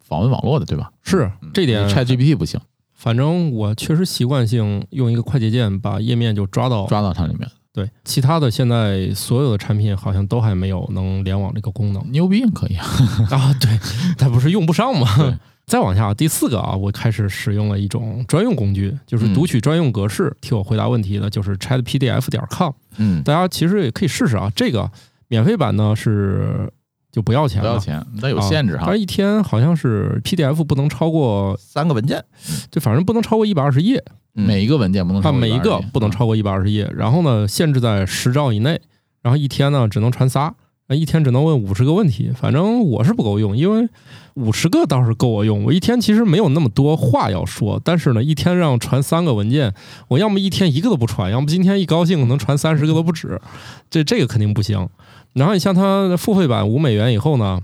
Speaker 3: 访问网络的，对吧？
Speaker 1: 是这点
Speaker 3: Chat GPT 不行，
Speaker 1: 反正我确实习惯性用一个快捷键把页面就抓到
Speaker 3: 抓到它里面，
Speaker 1: 对，其他的现在所有的产品好像都还没有能联网这个功能
Speaker 3: 牛逼可以啊。
Speaker 1: 啊。对，它不是用不上
Speaker 3: 对
Speaker 1: 吗？ 再往下，第四个啊，我开始使用了一种专用工具，就是
Speaker 2: 嗯
Speaker 1: 读取专用格式、替我回答问题的，就是 chatpdf 点 com。
Speaker 2: 嗯，
Speaker 1: 大家其实也可以试试啊，这个免费版呢是就不要钱
Speaker 3: 不
Speaker 1: 了，
Speaker 3: 要钱，但有限制
Speaker 1: 啊
Speaker 3: 哈
Speaker 1: 但。是一天好像是 PDF 不能超过，
Speaker 2: 三个文 件，
Speaker 1: 就反正不能超过一百二十页，
Speaker 2: 嗯
Speaker 3: 每一个文件不能超
Speaker 1: 看
Speaker 3: 过
Speaker 1: 啊每一个
Speaker 3: 120
Speaker 1: 不能
Speaker 3: 嗯
Speaker 1: 超过一百二十页，然后呢，限制在十兆以内，然后一天呢只能传仨，那一天只能问五十个问题，反正我是不够用，因为五十个倒是够我用，我一天其实没有那么多话要说，但是呢，一天让传三个文件，我要么一天一个都不传，要么今天一高兴可能传三十个都不止，这这个肯定不行。然后你像它付费版五美元以后呢，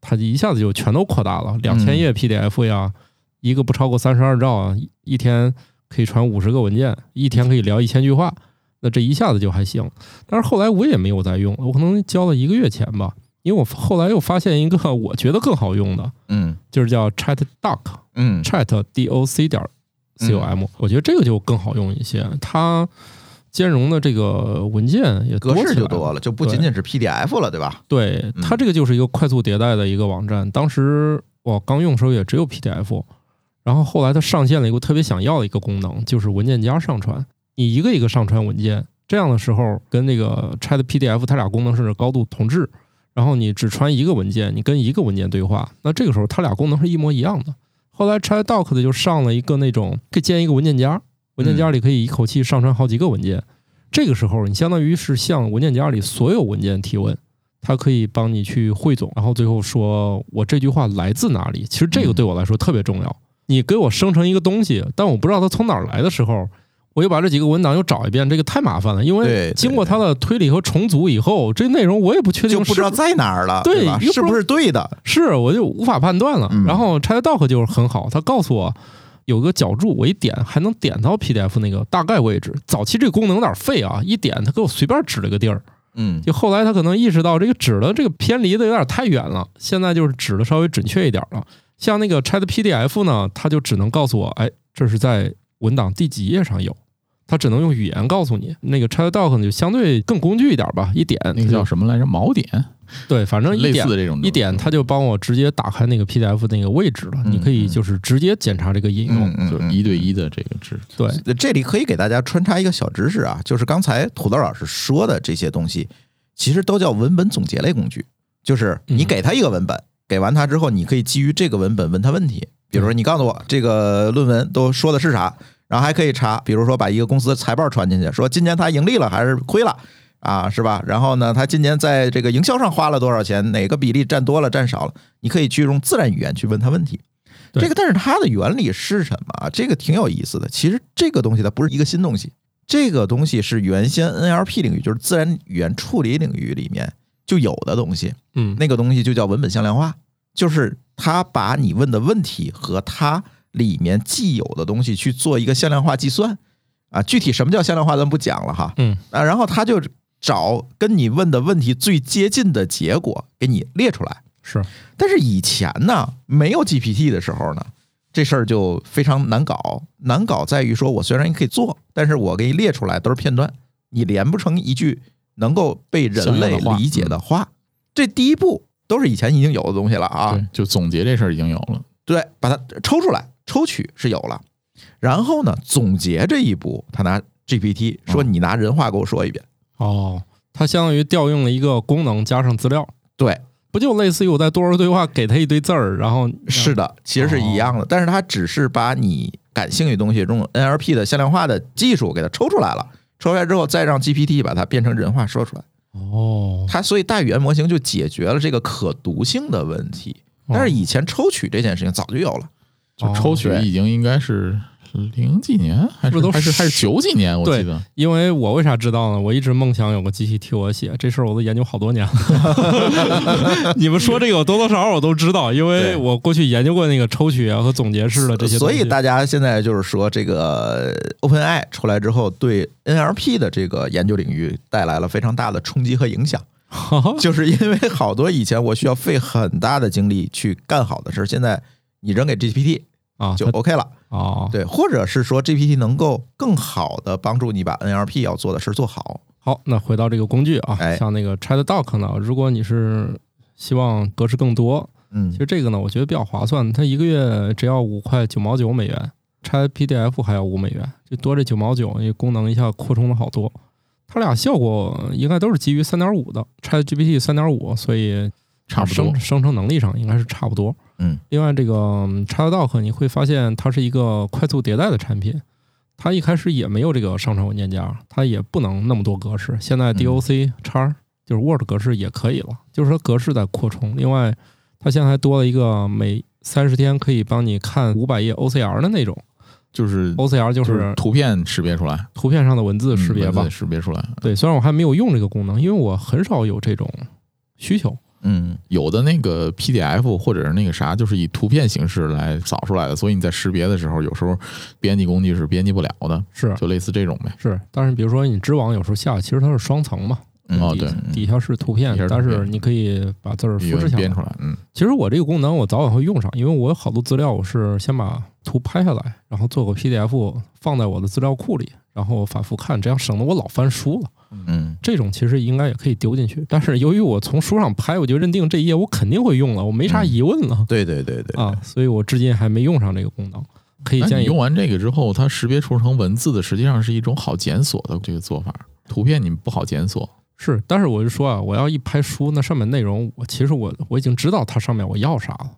Speaker 1: 它一下子就全都扩大了，两千页 PDF 呀，一个不超过三十二兆啊，一一天可以传五十个文件，一天可以聊一千句话，那这一下子就还行。但是后来我也没有再用，我可能交了一个月钱吧，因为我后来又发现一个我觉得更好用的，
Speaker 2: 嗯
Speaker 1: 就是叫 Chat Doc。
Speaker 2: 嗯
Speaker 1: chat doc 点 com，、我觉得这个就更好用一些，它兼容的这个文件也多
Speaker 2: 格
Speaker 1: 起
Speaker 2: 式
Speaker 1: 来
Speaker 2: 就
Speaker 1: 了
Speaker 2: 多了，就不仅仅是 PDF 了，对吧？
Speaker 1: 对，
Speaker 2: 嗯
Speaker 1: 它这个就是一个快速迭代的一个网站。当时我刚用的时候也只有 PDF，然后后来它上线了一个特别想要的一个功能，就是文件夹上传，你一个一个上传文件。这样的时候，跟那个 Chat PDF 它俩功能是高度同质，然后你只传一个文件，你跟一个文件对话，那这个时候它俩功能是一模一样的。后来 Chat Doc 的就上了一个那种可以建一个文件夹，文件夹里可以一口气上传好几个文件。这个时候，你相当于是向文件夹里所有文件提问，它可以帮你去汇总，然后最后说我这句话来自哪里。其实这
Speaker 2: 嗯
Speaker 1: 个对我来说特别重要。你给我生成一个东西，但我不知道它从哪儿来的时候，我又把这几个文档又找一遍，这个太麻烦了。因
Speaker 2: 对
Speaker 1: 为
Speaker 2: 对
Speaker 1: 经过它的推理和重组以后，这内容我也不确定
Speaker 2: 就不知
Speaker 1: 是
Speaker 2: 道在哪儿了，
Speaker 1: 对
Speaker 2: 吧？
Speaker 1: 又不
Speaker 2: 是不是对的？
Speaker 1: 是，我就无法判断了。
Speaker 2: 嗯
Speaker 1: 然后 Chat Doc 就是很好，它告诉我有个脚注，我一点还能点到 PDF 那个大概位置。早期这个功能有点废啊，一点它给我随便指了个地儿。
Speaker 2: 嗯
Speaker 1: 就后来他可能意识到这个指的这个偏离的有点太远了，现在就是指的稍微准确一点了。像那个 Chat PDF 呢，它就只能告诉我，哎，这是在文档第几页上有。它只能用语言告诉你，那个 Chat Doc 呢就相对更工具一点吧，一点
Speaker 3: 那个叫什么来着？锚点，
Speaker 1: 对，反正一
Speaker 3: 类
Speaker 1: 点
Speaker 3: 似的这种
Speaker 1: 一点，它就帮我直接打开那个 PDF 那个位置了。
Speaker 2: 嗯
Speaker 1: 你可以就是直接检查这个应用。
Speaker 2: 嗯
Speaker 3: 就是一对一的这个制。
Speaker 1: 对，
Speaker 2: 这里可以给大家穿插一个小知识啊，就是刚才土豆老师说的这些东西，其实都叫文本总结类工具。就是你
Speaker 1: 嗯
Speaker 2: 给他一个文本，给完他之后，你可以基于这个文本问他问题。比如说，你告诉我这个论文都说的是啥，然后还可以查，比如说把一个公司的财报传进去，说今年它盈利了还是亏了啊，是吧？然后呢，它今年在这个营销上花了多少钱，哪个比例占多了占少了，你可以去用自然语言去问他问题。
Speaker 1: 对
Speaker 2: 这个，但是它的原理是什么啊？这个挺有意思的。其实这个东西它不是一个新东西，这个东西是原先 NLP 领域，就是自然语言处理领域里面就有的东西。
Speaker 1: 嗯，
Speaker 2: 那个东西就叫文本向量化，就是他把你问的问题和它里面既有的东西去做一个向量化计算啊。具体什么叫向量化，咱不讲了哈。
Speaker 1: 嗯
Speaker 2: 啊，然后他就找跟你问的问题最接近的结果给你列出来。
Speaker 1: 是
Speaker 2: 但是以前呢，没有 GPT 的时候呢，这事儿就非常难搞。难搞在于说，我虽然可以做，但是我给你列出来都是片段，你连不成一句能够被人类
Speaker 1: 嗯
Speaker 2: 理解的话。这第一步都是以前已经有的东西了啊。
Speaker 3: 对，就总结这事儿已经有了。
Speaker 2: 对，把它抽出来，抽取是有了。然后呢，总结这一步，他拿 GPT 说：“你拿人话给我说一遍。
Speaker 1: 哦，它相当于调用了一个功能加上资料，
Speaker 2: 对，
Speaker 1: 不就类似于我在多人对话给它一堆字儿，然后
Speaker 2: 是的，其实是一样的，但是它只是把你感兴趣的东西用 NLP 的向量化的技术给它抽出来了，抽出来之后再让 GPT 把它变成人话说出来。
Speaker 1: 哦，
Speaker 2: 它所以大语言模型就解决了这个可读性的问题，但是以前抽取这件事情早就有了。
Speaker 3: 就抽取
Speaker 2: 哦对
Speaker 3: 已经应该是零几年，还
Speaker 1: 不
Speaker 3: 是
Speaker 1: 都
Speaker 3: 还是还是
Speaker 1: 十
Speaker 3: 九几年？我
Speaker 1: 对
Speaker 3: 记得
Speaker 1: 因为我为啥知道呢？我一直梦想有个机器替我写这事儿，我都研究好多年 了。你们说这个，我多多少少我都知道，因为
Speaker 2: 对
Speaker 1: 我过去研究过那个抽取啊和总结式的这些东
Speaker 2: 所
Speaker 1: 西。
Speaker 2: 以大家现在就是说，这个呃 OpenAI 出来之后，对 NLP 的这个研究领域带来了非常大的冲击和影 响。就是因为好多以前我需要费很大的精力去干好的事儿，现在你扔给 GPT
Speaker 1: 啊，
Speaker 2: 就
Speaker 1: 它
Speaker 2: OK 了。
Speaker 1: 哦，
Speaker 2: 对，或者是说 GPT 能够更好的帮助你把 NLP 要做的事儿做好。
Speaker 1: 好，那回到这个工具啊，
Speaker 2: 哎
Speaker 1: 像那个 ChatDoc 呢，如果你是希望格式更多，
Speaker 2: 嗯
Speaker 1: 其，实这个呢，我觉得比较划算，它一个月只要五块九毛九美元，ChatPDF 还要五美元，就多这九毛九，那功能一下扩充了好多。它俩效果应该都是基于三点五的，ChatGPT 三点五，所以
Speaker 3: 差不多
Speaker 1: 生。生成能力上应该是差不多。
Speaker 2: 嗯，
Speaker 1: 另外这个嗯 ChatDoc 你会发现它是一个快速迭代的产品，它一开始也没有这个上传文件夹，它也不能那么多格式。现在
Speaker 3: 嗯
Speaker 1: DOC 叉、就是 Word 格式也可以了，就是说格式在扩充。另外，它现在还多了一个每三十天可以帮你看五百页 OCR 的那种
Speaker 3: 就是
Speaker 1: ，OCR 就
Speaker 3: 嗯就是
Speaker 1: 是
Speaker 3: 图片识别出来，
Speaker 1: 图片上的文字识别
Speaker 3: 嗯
Speaker 1: 吧
Speaker 3: 文字。识别出来。
Speaker 1: 对，虽然我还没有用这个功能，因为我很少有这种需求。
Speaker 2: 嗯，
Speaker 3: 有的那个 PDF 或者是那个啥，就是以图片形式来扫出来的，所以你在识别的时候，有时候编辑工具是编辑不了的，
Speaker 1: 是
Speaker 3: 就类似这种呗。
Speaker 1: 是，但是比如说你知网有时候下，其实它是双层嘛，
Speaker 2: 嗯
Speaker 3: 哦，
Speaker 1: 底
Speaker 3: 对，
Speaker 1: 底下是图片
Speaker 3: 底下，是图
Speaker 1: 但
Speaker 3: 片
Speaker 1: 是你可以把字儿复制下
Speaker 3: 编
Speaker 1: 来
Speaker 3: 出。来，嗯，
Speaker 1: 其实我这个功能我早晚会用上，因为我有好多资料我是先把图拍下来，然后做个 PDF 放在我的资料库里，然后反复看，这样省得我老翻书了。
Speaker 2: 嗯，
Speaker 1: 这种其实应该也可以丢进去，但是由于我从书上拍，我就认定这一页我肯定会用了，我没啥
Speaker 3: 嗯
Speaker 1: 疑问了、
Speaker 2: 对对对对，
Speaker 1: 啊，所以我至今还没用上这个功能。可以
Speaker 3: 那
Speaker 1: 建
Speaker 3: 你
Speaker 1: 议
Speaker 3: 用完这个之后，它识别出成文字的，实际上是一种好检索的这个做法。图片你不好检索，
Speaker 1: 是，但是我就说啊，我要一拍书，那上面内容，我其实我我已经知道它上面我要啥了，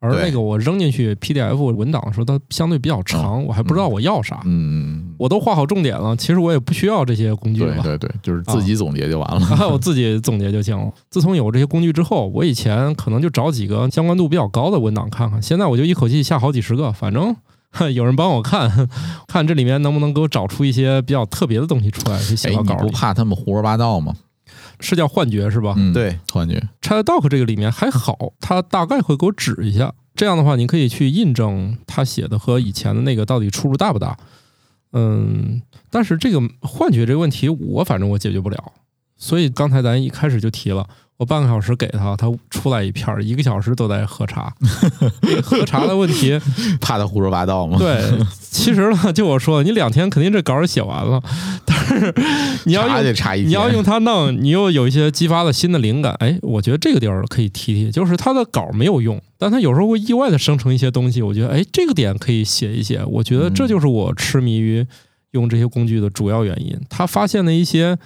Speaker 1: 而
Speaker 2: 对
Speaker 1: 那个我扔进去 PDF 文档的时候，它相对比较长，我还不知道我要啥，
Speaker 3: 嗯，
Speaker 1: 我都画好重点了，其实我也不需要这些工具啊
Speaker 3: 对
Speaker 1: 了。
Speaker 3: 对对，就是自己总结就完了。
Speaker 1: 然后我自己总结就行了。自从有这些工具之后，我以前可能就找几个相关度比较高的文档看看，现在我就一口气下好几十个，反正 哼有人帮我看， 看这里面能不能给我找出一些比较特别的东西出来，就写
Speaker 3: 哎，
Speaker 1: 到
Speaker 3: 你
Speaker 1: 稿
Speaker 3: 不
Speaker 1: 里。啊
Speaker 3: 怕他们胡说八道吗？
Speaker 1: 是叫幻觉是吧？
Speaker 3: 嗯，
Speaker 2: 对，
Speaker 3: 幻觉
Speaker 1: ChatDoc 这个里面还好，它大概会给我指一下。这样的话，你可以去印证它写的和以前的那个到底出入大不大。嗯，但是这个幻觉这个问题，我反正我解决不了。所以刚才咱一开始就提了，我半个小时给他，他出来一片儿，一个小时都在喝茶。这个喝茶的问题，
Speaker 3: 怕他胡说八道吗？
Speaker 1: 对，其实呢，就我说，你两天肯定这稿儿写完了，但是你要
Speaker 3: 查
Speaker 1: 用
Speaker 3: 得查一天
Speaker 1: 你要用它弄，你又有一些激发了新的灵感。哎，我觉得这个地儿可以提提，就是它的稿没有用，但它有时候会意外的生成一些东西。我觉得，哎，这个点可以写一写。我觉得这就是我痴迷于用这些工具的主要原因。他发现了一些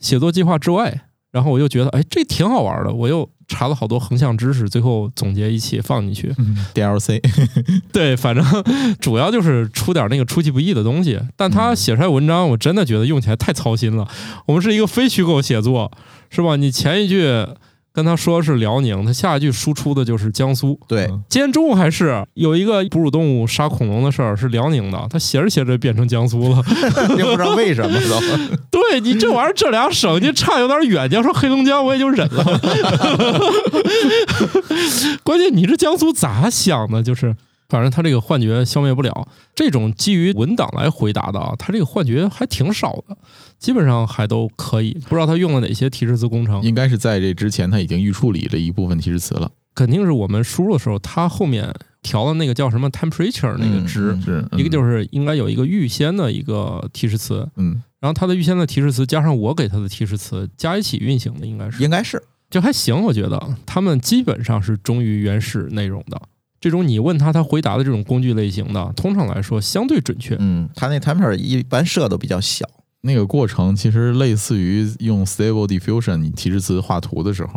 Speaker 1: 写作计划之外，然后我又觉得，哎，这挺好玩的，我又查了好多横向知识，最后总结一起放进去。
Speaker 2: DLC
Speaker 1: 对，反正主要就是出点那个出其不意的东西。但他写出来文章，我真的觉得用起来太操心了。我们是一个非虚构写作，是吧？你前一句跟他说是辽宁，他下一句输出的就是江苏。
Speaker 2: 对，
Speaker 1: 今天中午还是有一个哺乳动物杀恐龙的事儿，是辽宁的，他写着写着变成江苏了。
Speaker 2: 也不知道为什么都。
Speaker 1: 对你这玩意儿，这俩省就差有点远。你要说黑龙江，我也就忍 了。关键你这江苏咋想的？就是反正他这个幻觉消灭不了。这种基于文档来回答的啊，他这个幻觉还挺少的，基本上还都可以。不知道他用了哪些提示词工程，
Speaker 3: 应该是在这之前他已经预处理了一部分提示词了。
Speaker 1: 肯定是我们输入的时候，他后面调了那个叫什么 temperature 那个值，
Speaker 2: 嗯
Speaker 3: 是
Speaker 1: 一个就是是应该有一个预先的一个提示词。
Speaker 3: 嗯，
Speaker 1: 然后他的预先的提示词加上我给他的提示词加一起运行的，应该是
Speaker 2: 应该是
Speaker 1: 就还行，我觉得他们基本上是忠于原始内容的。这种你问他他回答的这种工具类型的，通常来说相对准确。
Speaker 2: 嗯，它那 temper 一般设都比较小，
Speaker 3: 那个过程其实类似于用 Stable Diffusion 你提示词画图的时候，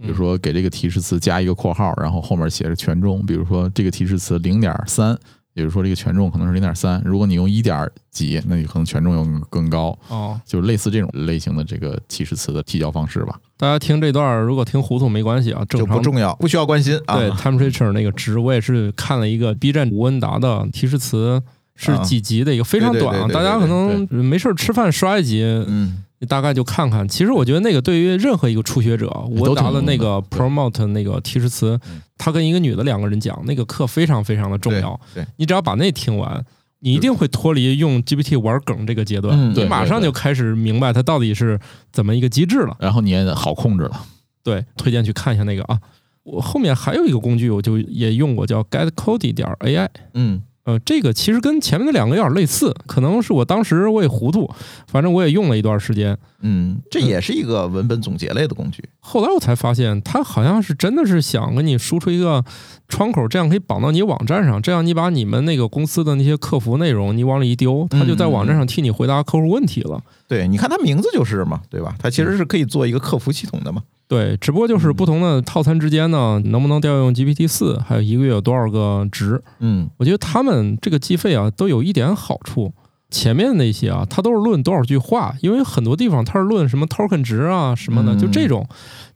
Speaker 1: 嗯
Speaker 3: 比如说给这个提示词加一个括号，然后后面写着权重，比如说这个提示词零点三，也就是说这个权重可能是零点三，如果你用一点几，那你可能权重又更高，
Speaker 1: 哦，
Speaker 3: 就是类似这种类型的这个提示词的提交方式吧。
Speaker 1: 大家听这段儿如果听糊涂没关系啊，正
Speaker 2: 就
Speaker 1: 常
Speaker 2: 不重要，不需要关心啊。
Speaker 1: 对 temperature 那个值，我也是看了一个 B 站吴恩达的提示词。是
Speaker 2: 啊
Speaker 1: 几级的一个非常
Speaker 2: 对对
Speaker 1: 短啊，
Speaker 2: 对对
Speaker 1: 大家可
Speaker 2: 对
Speaker 1: 能没事儿吃饭刷一集，
Speaker 2: 嗯，
Speaker 1: 你大概就看看。其实我觉得那个对于任何一个初学者，
Speaker 3: 哎都
Speaker 1: 我
Speaker 3: 挺
Speaker 1: 答的那个
Speaker 3: 有用的对嗯
Speaker 1: promote 那个提示词，他跟一个女的两个人讲，那个课非常非常的重要。
Speaker 2: 对对
Speaker 1: 你只要把那听完，你一定会脱离用 GPT 玩梗这个阶段，
Speaker 2: 嗯
Speaker 1: 你
Speaker 3: 对
Speaker 1: 马上就开始明白它到底是怎么一个机制了。
Speaker 3: 然后你也好控制了，
Speaker 1: 对，推荐去看一下那个啊。我后面还有一个工具，我就也用过，叫 Get Cody 点 AI。
Speaker 2: 嗯，
Speaker 1: 呃，这个其实跟前面那两个有点类似，可能是我当时我也糊涂，反正我也用了一段时间。
Speaker 2: 嗯，这也是一个文本总结类的工具。
Speaker 1: 后来我才发现，他好像是真的是想给你输出一个窗口，这样可以绑到你网站上，这样你把你们那个公司的那些客服内容你往里一丢，他就在网站上替你回答客户问题了。
Speaker 2: 对，你看它名字就是嘛，对吧？它其实是可以做一个客服系统的嘛。
Speaker 1: 对，只不过就是不同的套餐之间呢，能不能调用 GPT 四，还有一个月有多少个值？
Speaker 2: 嗯，
Speaker 1: 我觉得他们这个计费啊，都有一点好处。前面那些啊，它都是论多少句话，因为很多地方它是论什么 token 值啊什么的，
Speaker 2: 嗯
Speaker 1: 就这种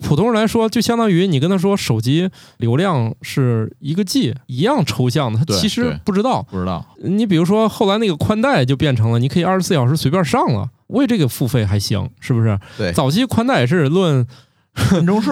Speaker 1: 普通人来说，就相当于你跟他说手机流量是一个 G 一样抽象的，他
Speaker 3: 对
Speaker 1: 其实
Speaker 3: 对
Speaker 1: 不知道。
Speaker 3: 不知道
Speaker 1: 你比如说后来那个宽带就变成了你可以二十四小时随便上了，为这个付费还行，是不是？
Speaker 2: 对
Speaker 1: 早期宽带也是论
Speaker 2: 分钟数，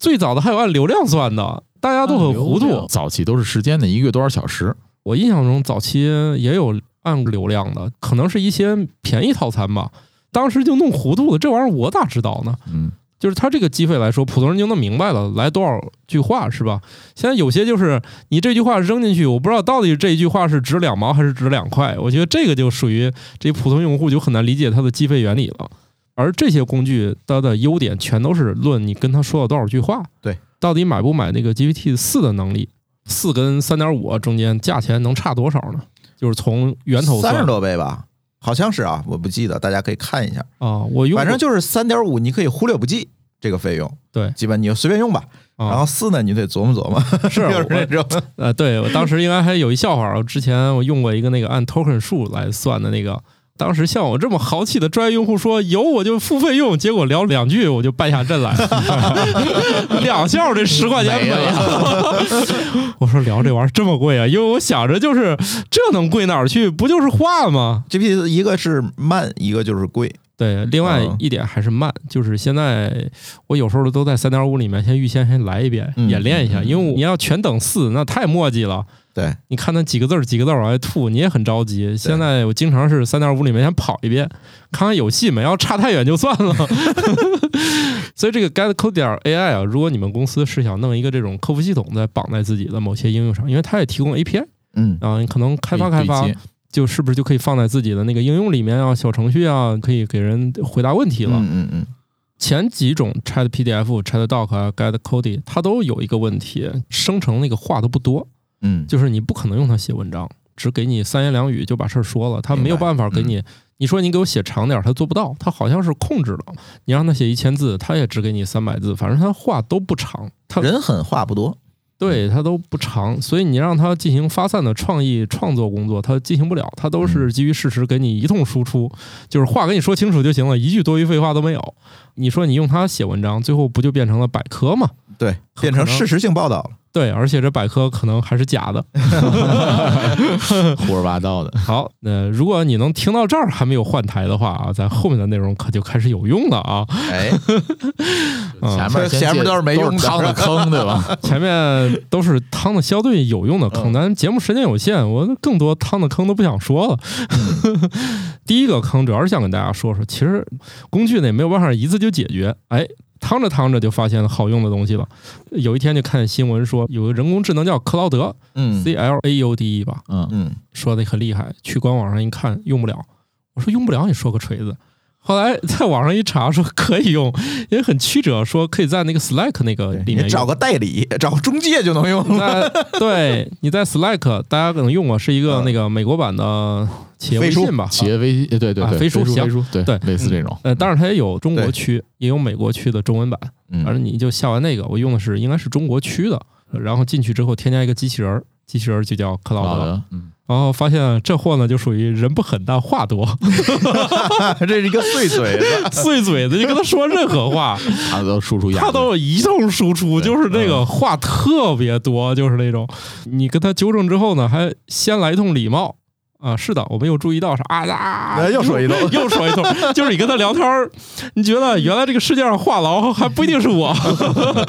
Speaker 1: 最早的还有按流量算的，大家都很糊涂。
Speaker 3: 哎早期都是时间的一个月多少小时，
Speaker 1: 我印象中早期也有按流量的，可能是一些便宜套餐吧。当时就弄糊涂了，这玩意儿我咋知道呢？
Speaker 3: 嗯，
Speaker 1: 就是它这个机费来说，普通人就能明白了，来多少句话是吧？现在有些就是你这句话扔进去，我不知道到底这一句话是值两毛还是值两块，我觉得这个就属于这普通用户就很难理解它的计费原理了。而这些工具它的优点全都是论你跟他说了多少句话，
Speaker 2: 对，
Speaker 1: 到底买不买那个 GPT 四的能力，四跟三点五中间价钱能差多少呢？就是从源头
Speaker 2: 三
Speaker 1: 算
Speaker 2: 十多倍吧，好像是啊，我不记得，大家可以看一下。
Speaker 1: 啊，我用
Speaker 2: 反正就是三点五，你可以忽略不计这个费用，
Speaker 1: 对
Speaker 2: 基本你就随便用吧。然
Speaker 1: 啊
Speaker 2: 后四呢，你得琢磨琢磨，
Speaker 1: 是 啊
Speaker 2: 就是
Speaker 1: 我
Speaker 2: 那种
Speaker 1: 呃，对我当时应该还有一笑话儿，我之前我用过一个那个按 token 数来算的那个，当时像我这么豪气的专业用户说有我就付费用，结果聊两句我就败下阵来了， 两下我这十块钱没了。我说聊这玩意儿这么贵啊？因为我想着就是这能贵哪儿去？不就是话吗？
Speaker 2: GPT 一个是慢，一个就是贵。
Speaker 1: 对，另外
Speaker 2: 嗯
Speaker 1: 一点还是慢，就是现在我有时候都在三点五里面先预先先来一遍，
Speaker 2: 嗯
Speaker 1: 演练一下，
Speaker 2: 嗯嗯
Speaker 1: 因为你要全等四，那太墨迹了。
Speaker 2: 对，
Speaker 1: 你看他几个字儿几个字儿往外吐，你也很着急。现在我经常是三点五里面先跑一遍，看看有戏没，要差太远就算 了。所以这个 Get Code 点 AI 啊，如果你们公司是想弄一个这种客服系统，在绑在自己的某些应用上，因为它也提供 API
Speaker 2: 嗯，
Speaker 1: 啊，你可能开发
Speaker 3: 可以
Speaker 1: 开发
Speaker 3: 对接，
Speaker 1: 就是不是就可以放在自己的那个应用里面啊，小程序啊，可以给人回答问题了。
Speaker 2: 嗯嗯嗯，
Speaker 1: 前几种 Chat PDF、Chat Doc 啊、Get Cody，它都有一个问题，生成那个话都不多，
Speaker 2: 嗯，
Speaker 1: 就是你不可能用它写文章，只给你三言两语就把事儿说了，它没有办法给你你说你给我写长点儿，他做不到，他好像是控制了。你让他写一千字，他也只给你三百字，反正他话都不长，他
Speaker 2: 人狠话不多，
Speaker 1: 对他都不长，所以你让他进行发散的创意创作工作，他进行不了，他都是基于事实给你一通输出，就是话给你说清楚就行了，一句多余废话都没有。你说你用它写文章，最后不就变成了百科吗？
Speaker 2: 对，变成事实性报道了。
Speaker 1: 对，而且这百科可能还是假的。
Speaker 3: 胡说八道的。
Speaker 1: 好，那如果你能听到这儿还没有换台的话啊，咱后面的内容可就开始有用了啊。
Speaker 2: 哎，
Speaker 1: 嗯
Speaker 3: 前面先
Speaker 2: 前面都是没用的
Speaker 3: 都是趟的坑，对吧？
Speaker 1: 前面都是趟的相对有
Speaker 3: 嗯
Speaker 1: 用的坑，咱节目时间有限，我更多趟的坑都不想说了。
Speaker 3: 嗯
Speaker 1: 第一个坑主要是想跟大家说说，其实工具呢也没有办法一次就解决，哎。趟着趟着就发现好用的东西了。有一天就看新闻说，有个人工智能叫克劳德
Speaker 2: 嗯
Speaker 1: （C L A U D E） 吧，
Speaker 3: 嗯，
Speaker 2: 嗯，
Speaker 1: 说的很厉害。去官网上一看，用不了。我说用不了，你说个锤子。后来在网上一查，说可以用，也很曲折，说可以在那个 Slack 那个里面
Speaker 2: 你
Speaker 1: 用
Speaker 2: 找个代理，找个中介就能 用了。
Speaker 1: 在对你在 Slack，大家可能用过，是一个
Speaker 2: 嗯
Speaker 1: 那个美国版的企业微信吧？
Speaker 3: 企业微对对对，
Speaker 1: 啊飞书
Speaker 3: 书
Speaker 1: 行
Speaker 3: 飞书对
Speaker 1: 对
Speaker 3: 类似这种，
Speaker 1: 呃，当然它也有中国
Speaker 2: 对
Speaker 1: 区，也有美国区的中文版。
Speaker 2: 嗯
Speaker 1: 反正你就下完那个，我用的是应该是中国区的，然后进去之后添加一个机器人儿，机器人儿就叫克劳
Speaker 3: 好
Speaker 1: 德，
Speaker 3: 的，嗯，
Speaker 1: 然后发现这货呢就属于人不狠但话多，
Speaker 2: 这是一个碎嘴 子，
Speaker 1: 碎嘴子，你跟他说任何 话，
Speaker 3: 他都输出压力，
Speaker 1: 他都有一通输出，
Speaker 3: 对
Speaker 1: 就是那
Speaker 2: 嗯
Speaker 1: 个话特别多，就是那种你跟他纠正之后呢，还先来一通礼貌啊，是的，我们又注意到啥啊啊，
Speaker 2: 又说一通
Speaker 1: 又说一通， 就是你跟他聊天儿，你觉得原来这个世界上话痨还不一定是我。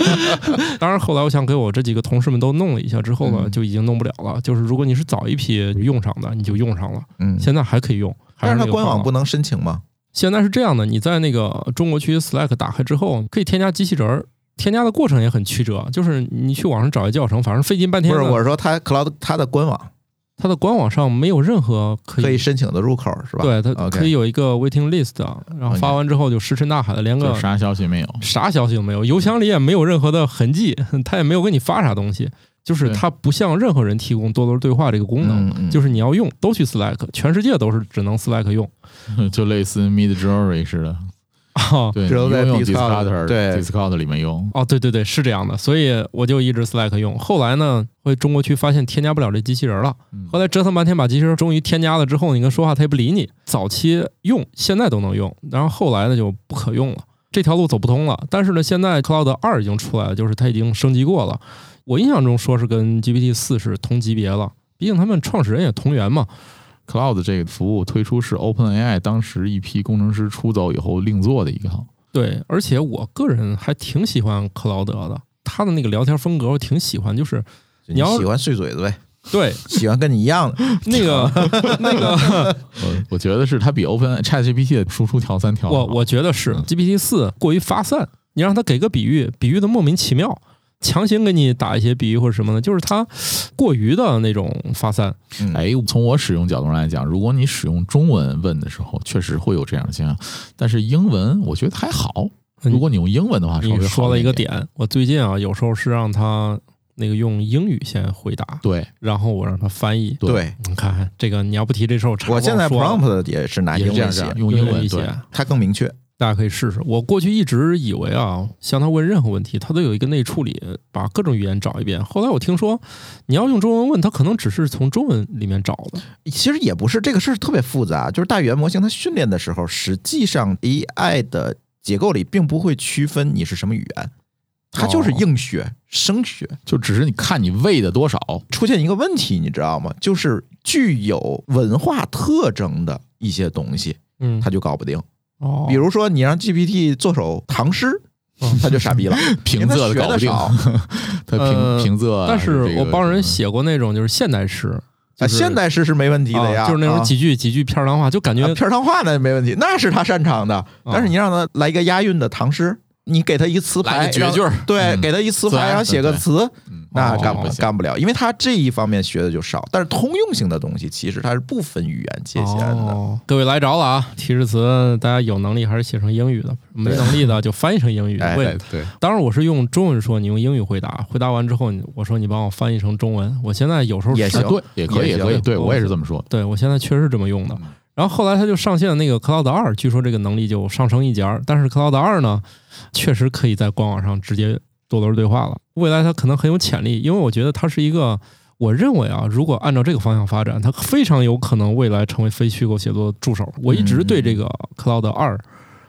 Speaker 1: 当然，后来我想给我这几个同事们都弄了一下之后呢，
Speaker 2: 嗯
Speaker 1: 就已经弄不了了。就是如果你是早一批用上的，你就用上了，
Speaker 2: 嗯，
Speaker 1: 现在还可以用。还
Speaker 2: 但是
Speaker 1: 那
Speaker 2: 它
Speaker 1: 个
Speaker 2: 官
Speaker 1: 方
Speaker 2: 网
Speaker 1: 法
Speaker 2: 不能申请吗？
Speaker 1: 现在是这样的，你在那个中国区 Slack 打开之后，可以添加机器人儿。添加的过程也很曲折，就是你去网上找一教程，反正费劲半
Speaker 2: 不
Speaker 1: 天
Speaker 2: 是，
Speaker 1: 呢。
Speaker 2: 我是说它 cloud 它的官网
Speaker 1: 它的官网上没有任何可以
Speaker 2: 可以申请的入口是吧？
Speaker 1: 对它
Speaker 2: OK
Speaker 1: 可以有一个 waiting list，啊然后
Speaker 2: OK
Speaker 1: 发完之后就石沉大海了，连
Speaker 3: 就
Speaker 1: 个
Speaker 3: 是啥消息没有，
Speaker 1: 啥消息都没有，邮箱里也没有任何的痕迹，它也没有给你发啥东西，就是
Speaker 3: 对
Speaker 1: 它不向任何人提供多轮对话这个功能，
Speaker 2: 嗯，嗯
Speaker 1: 就是你要用都去 Slack，全世界都是只能 Slack 用。
Speaker 3: 就类似 Mid Journey 似的，
Speaker 1: 啊
Speaker 3: 对，
Speaker 2: 只有
Speaker 3: 你
Speaker 2: 在
Speaker 3: 用
Speaker 2: Discord
Speaker 3: Discord
Speaker 2: 对
Speaker 3: Discord 里面用，
Speaker 1: 哦，对对对，是这样的，所以我就一直 Slack 用。后来呢，回中国区发现添加不了这机器人了。
Speaker 3: 嗯
Speaker 1: 后来折腾半天，把机器人终于添加了之后，你跟他说话他也不理你。早期用，现在都能用，然后后来呢就不可用了，这条路走不通了。但是呢，现在 Cloud 二已经出来了，就是它已经升级过了。我印象中说是跟 GPT 四是同级别了，毕竟他们创始人也同源嘛。
Speaker 3: Cloud 这个服务推出是 OpenAI 当时一批工程师出走以后另做的一个行，
Speaker 1: 对，而且我个人还挺喜欢克劳德的，他的那个聊天风格我挺喜欢，就是
Speaker 2: 就
Speaker 1: 你要
Speaker 2: 你喜欢碎嘴子呗，
Speaker 1: 对
Speaker 2: 喜欢跟你一样的，
Speaker 1: 那个那个。
Speaker 3: 我我觉得是它比 Open ChatGPT 的输出调三调哦好，
Speaker 1: 嗯我我觉得是
Speaker 3: 嗯
Speaker 1: GPT 四过于发散，你让他给个比喻，比喻的莫名其妙，强行给你打一些比喻或者什么呢？就是它过于的那种发散。
Speaker 2: 嗯，
Speaker 3: 哎，从我使用角度上来讲，如果你使用中文问的时候，确实会有这样的现象，但是英文我觉得还好。
Speaker 1: 嗯
Speaker 3: 如果你用英文的话，稍微
Speaker 1: 你
Speaker 3: 好
Speaker 1: 说了一个
Speaker 3: 点，
Speaker 1: 点，我最近啊，有时候是让他那个用英语先回答，
Speaker 3: 对
Speaker 1: 然后我让他翻译。
Speaker 2: 对
Speaker 1: 你看这个，你要不提这事儿，我查不
Speaker 2: 我现
Speaker 1: 好
Speaker 2: 在
Speaker 1: 说了啊
Speaker 2: prompt 也是拿
Speaker 3: 也
Speaker 2: 英
Speaker 3: 是这样
Speaker 2: 文
Speaker 3: 这
Speaker 2: 写
Speaker 3: 样，用英文
Speaker 1: 一
Speaker 3: 对
Speaker 1: 些。
Speaker 2: 它更明确。
Speaker 1: 大家可以试试。我过去一直以为啊，向他问任何问题，他都有一个内处理，把各种语言找一遍。后来我听说，你要用中文问他，可能只是从中文里面找的。
Speaker 2: 其实也不是这个事儿特别复杂，就是大语言模型它训练的时候，实际上 AI 的结构里并不会区分你是什么语言，它
Speaker 1: 哦
Speaker 2: 就是硬学、生学。
Speaker 3: 就只是你看你喂的多少，
Speaker 2: 出现一个问题，你知道吗？就是具有文化特征的一些东西，
Speaker 1: 嗯
Speaker 2: 它，就搞不定。
Speaker 1: 哦，
Speaker 2: 比如说，你让 GPT 做首唐 诗
Speaker 1: 哦，
Speaker 2: 它就傻逼了，
Speaker 3: 平仄的搞不定
Speaker 2: 因为它，
Speaker 3: 它
Speaker 1: 呃
Speaker 3: 平平仄啊。
Speaker 1: 但是
Speaker 3: 这个
Speaker 1: 我帮人写过那种就是现代诗，
Speaker 2: 啊
Speaker 1: 就是
Speaker 2: 现代诗是没问题的呀，
Speaker 3: 哦
Speaker 1: 啊就是那种
Speaker 2: 啊
Speaker 1: 几句几句片儿郎话，就感觉
Speaker 2: 啊、片儿汤话那没问题，那是他擅长的。
Speaker 3: 哦
Speaker 2: 但是你让他来一个押韵的唐诗，你给他一词
Speaker 3: 来
Speaker 2: 牌，
Speaker 3: 个绝
Speaker 2: 让
Speaker 3: 句儿
Speaker 2: 对，
Speaker 3: 嗯
Speaker 2: 给他一词
Speaker 3: 自
Speaker 2: 牌，
Speaker 3: 然
Speaker 2: 然后写个
Speaker 3: 对
Speaker 2: 词，
Speaker 3: 嗯
Speaker 2: 那
Speaker 1: 哦
Speaker 2: 干不
Speaker 3: 行
Speaker 2: 干不了，因为他这一方面学的就少。但是通用性的东西，其实它是不分语言界限的。
Speaker 1: 哦，各位来着了啊！提示词，大家有能力还是写成英语的，没能力的就翻译成英语。
Speaker 2: 哎
Speaker 1: 为
Speaker 3: 对对，
Speaker 1: 当然我是用中文说，你用英语回答，回答完之后你我说你帮我翻译成中文。我现在有时候
Speaker 2: 也
Speaker 1: 是
Speaker 2: 行
Speaker 3: 啊对也可以
Speaker 2: 也
Speaker 3: 也
Speaker 2: 行
Speaker 3: 可以，对
Speaker 1: 我
Speaker 3: 我也是这么说的。
Speaker 1: 对我现在确实是这么用的。
Speaker 3: 嗯
Speaker 1: 然然后后来它就上线那个 Cloud 二，据说这个能力就上升一截儿。但是 Cloud 二呢，确实可以在官网上直接多轮对话了。未来它可能很有潜力，因为我觉得它是一个，我认为啊，如果按照这个方向发展，它非常有可能未来成为非虚构写作的助手。我一直对这个 Cloud 二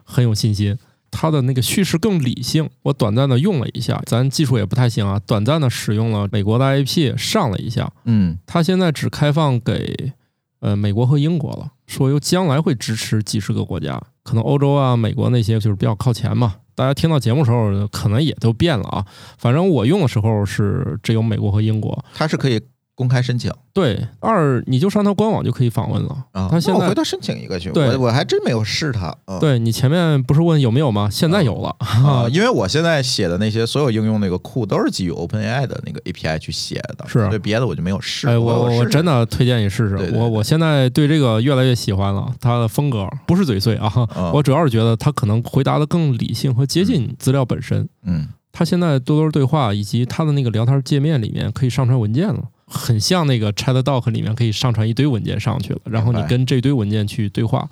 Speaker 1: 很有信心。它的那个叙事更理性，我短暂的用了一下，咱技术也不太行啊，短暂的使用了美国的 IP 上了一下，
Speaker 2: 嗯
Speaker 1: 它现在只开放给呃美国和英国了，说有将来会支持几十个国家，可能欧洲啊、美国那些就是比较靠前嘛。大家听到节目时候可能也都变了啊，反正我用的时候是只有美国和英国。
Speaker 2: 它是可以公开申请
Speaker 1: 对，二你就上它官网就可以访问了。
Speaker 2: 啊。
Speaker 1: 它现
Speaker 2: 那我
Speaker 1: 在
Speaker 2: 回头申请一个去，
Speaker 1: 对
Speaker 2: 我我还真没有试它。嗯、
Speaker 1: 对你前面不是问有没有吗？现在有了，
Speaker 2: 啊，因为我现在写的那些所有应用那个库都是基于 OpenAI 的那个 API 去写的，
Speaker 1: 是啊
Speaker 2: 所以别的我就没有试过。
Speaker 1: 哎，我
Speaker 2: 我
Speaker 1: 我真的推荐你试试。
Speaker 2: 哦对对
Speaker 1: 我我现在对这个越来越喜欢了，它的风格不是嘴碎啊，
Speaker 2: 嗯
Speaker 1: 我主要是觉得它可能回答的更理性和接近资料本身。
Speaker 2: 嗯
Speaker 1: 它现在多多对话以及它的那个聊天界面里面可以上传文件了，很像那个 ChatDoc 里面可以上传一堆文件上去了，然后你
Speaker 2: 明白
Speaker 1: 跟这堆文件去对话，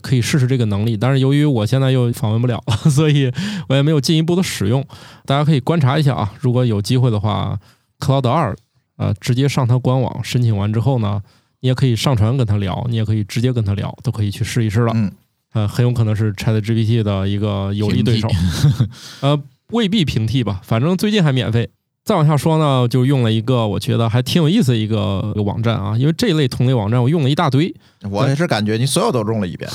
Speaker 1: 可以试试这个能力。但是由于我现在又访问不了了，所以我也没有进一步的使用。大家可以观察一下啊，如果有机会的话，Cloud 二呃直接上它官网申请完之后呢，你也可以上传跟他聊，你也可以直接跟他聊，都可以去试一试了。
Speaker 2: 嗯
Speaker 1: 呃，很有可能是 Chat GPT 的一个有力对手， 呃，未必平替吧，反正最近还免费。再往下说呢，就用了一个我觉得还挺有意思的一个网站啊，因为这类同类网站我用了一大堆。
Speaker 2: 我也是感觉你所有都用 了一遍。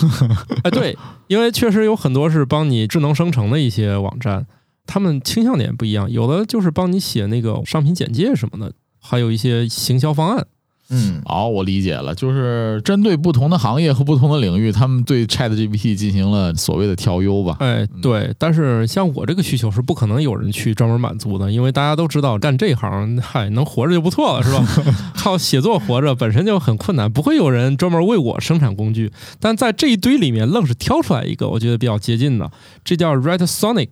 Speaker 1: 哎，对，因为确实有很多是帮你智能生成的一些网站，他们倾向点不一样，有的就是帮你写那个商品简介什么的，还有一些行销方案。
Speaker 2: 嗯，
Speaker 3: 好，我理解了，就是针对不同的行业和不同的领域，他们对 Chat GPT 进行了所谓的调优吧。
Speaker 1: 哎，对，但是像我这个需求是不可能有人去专门满足的，因为大家都知道干这行，嗨，能活着就不错了，是吧？靠写作活着本身就很困难，不会有人专门为我生产工具。但在这一堆里面，愣是挑出来一个，我觉得比较接近的，这叫 Write Sonic，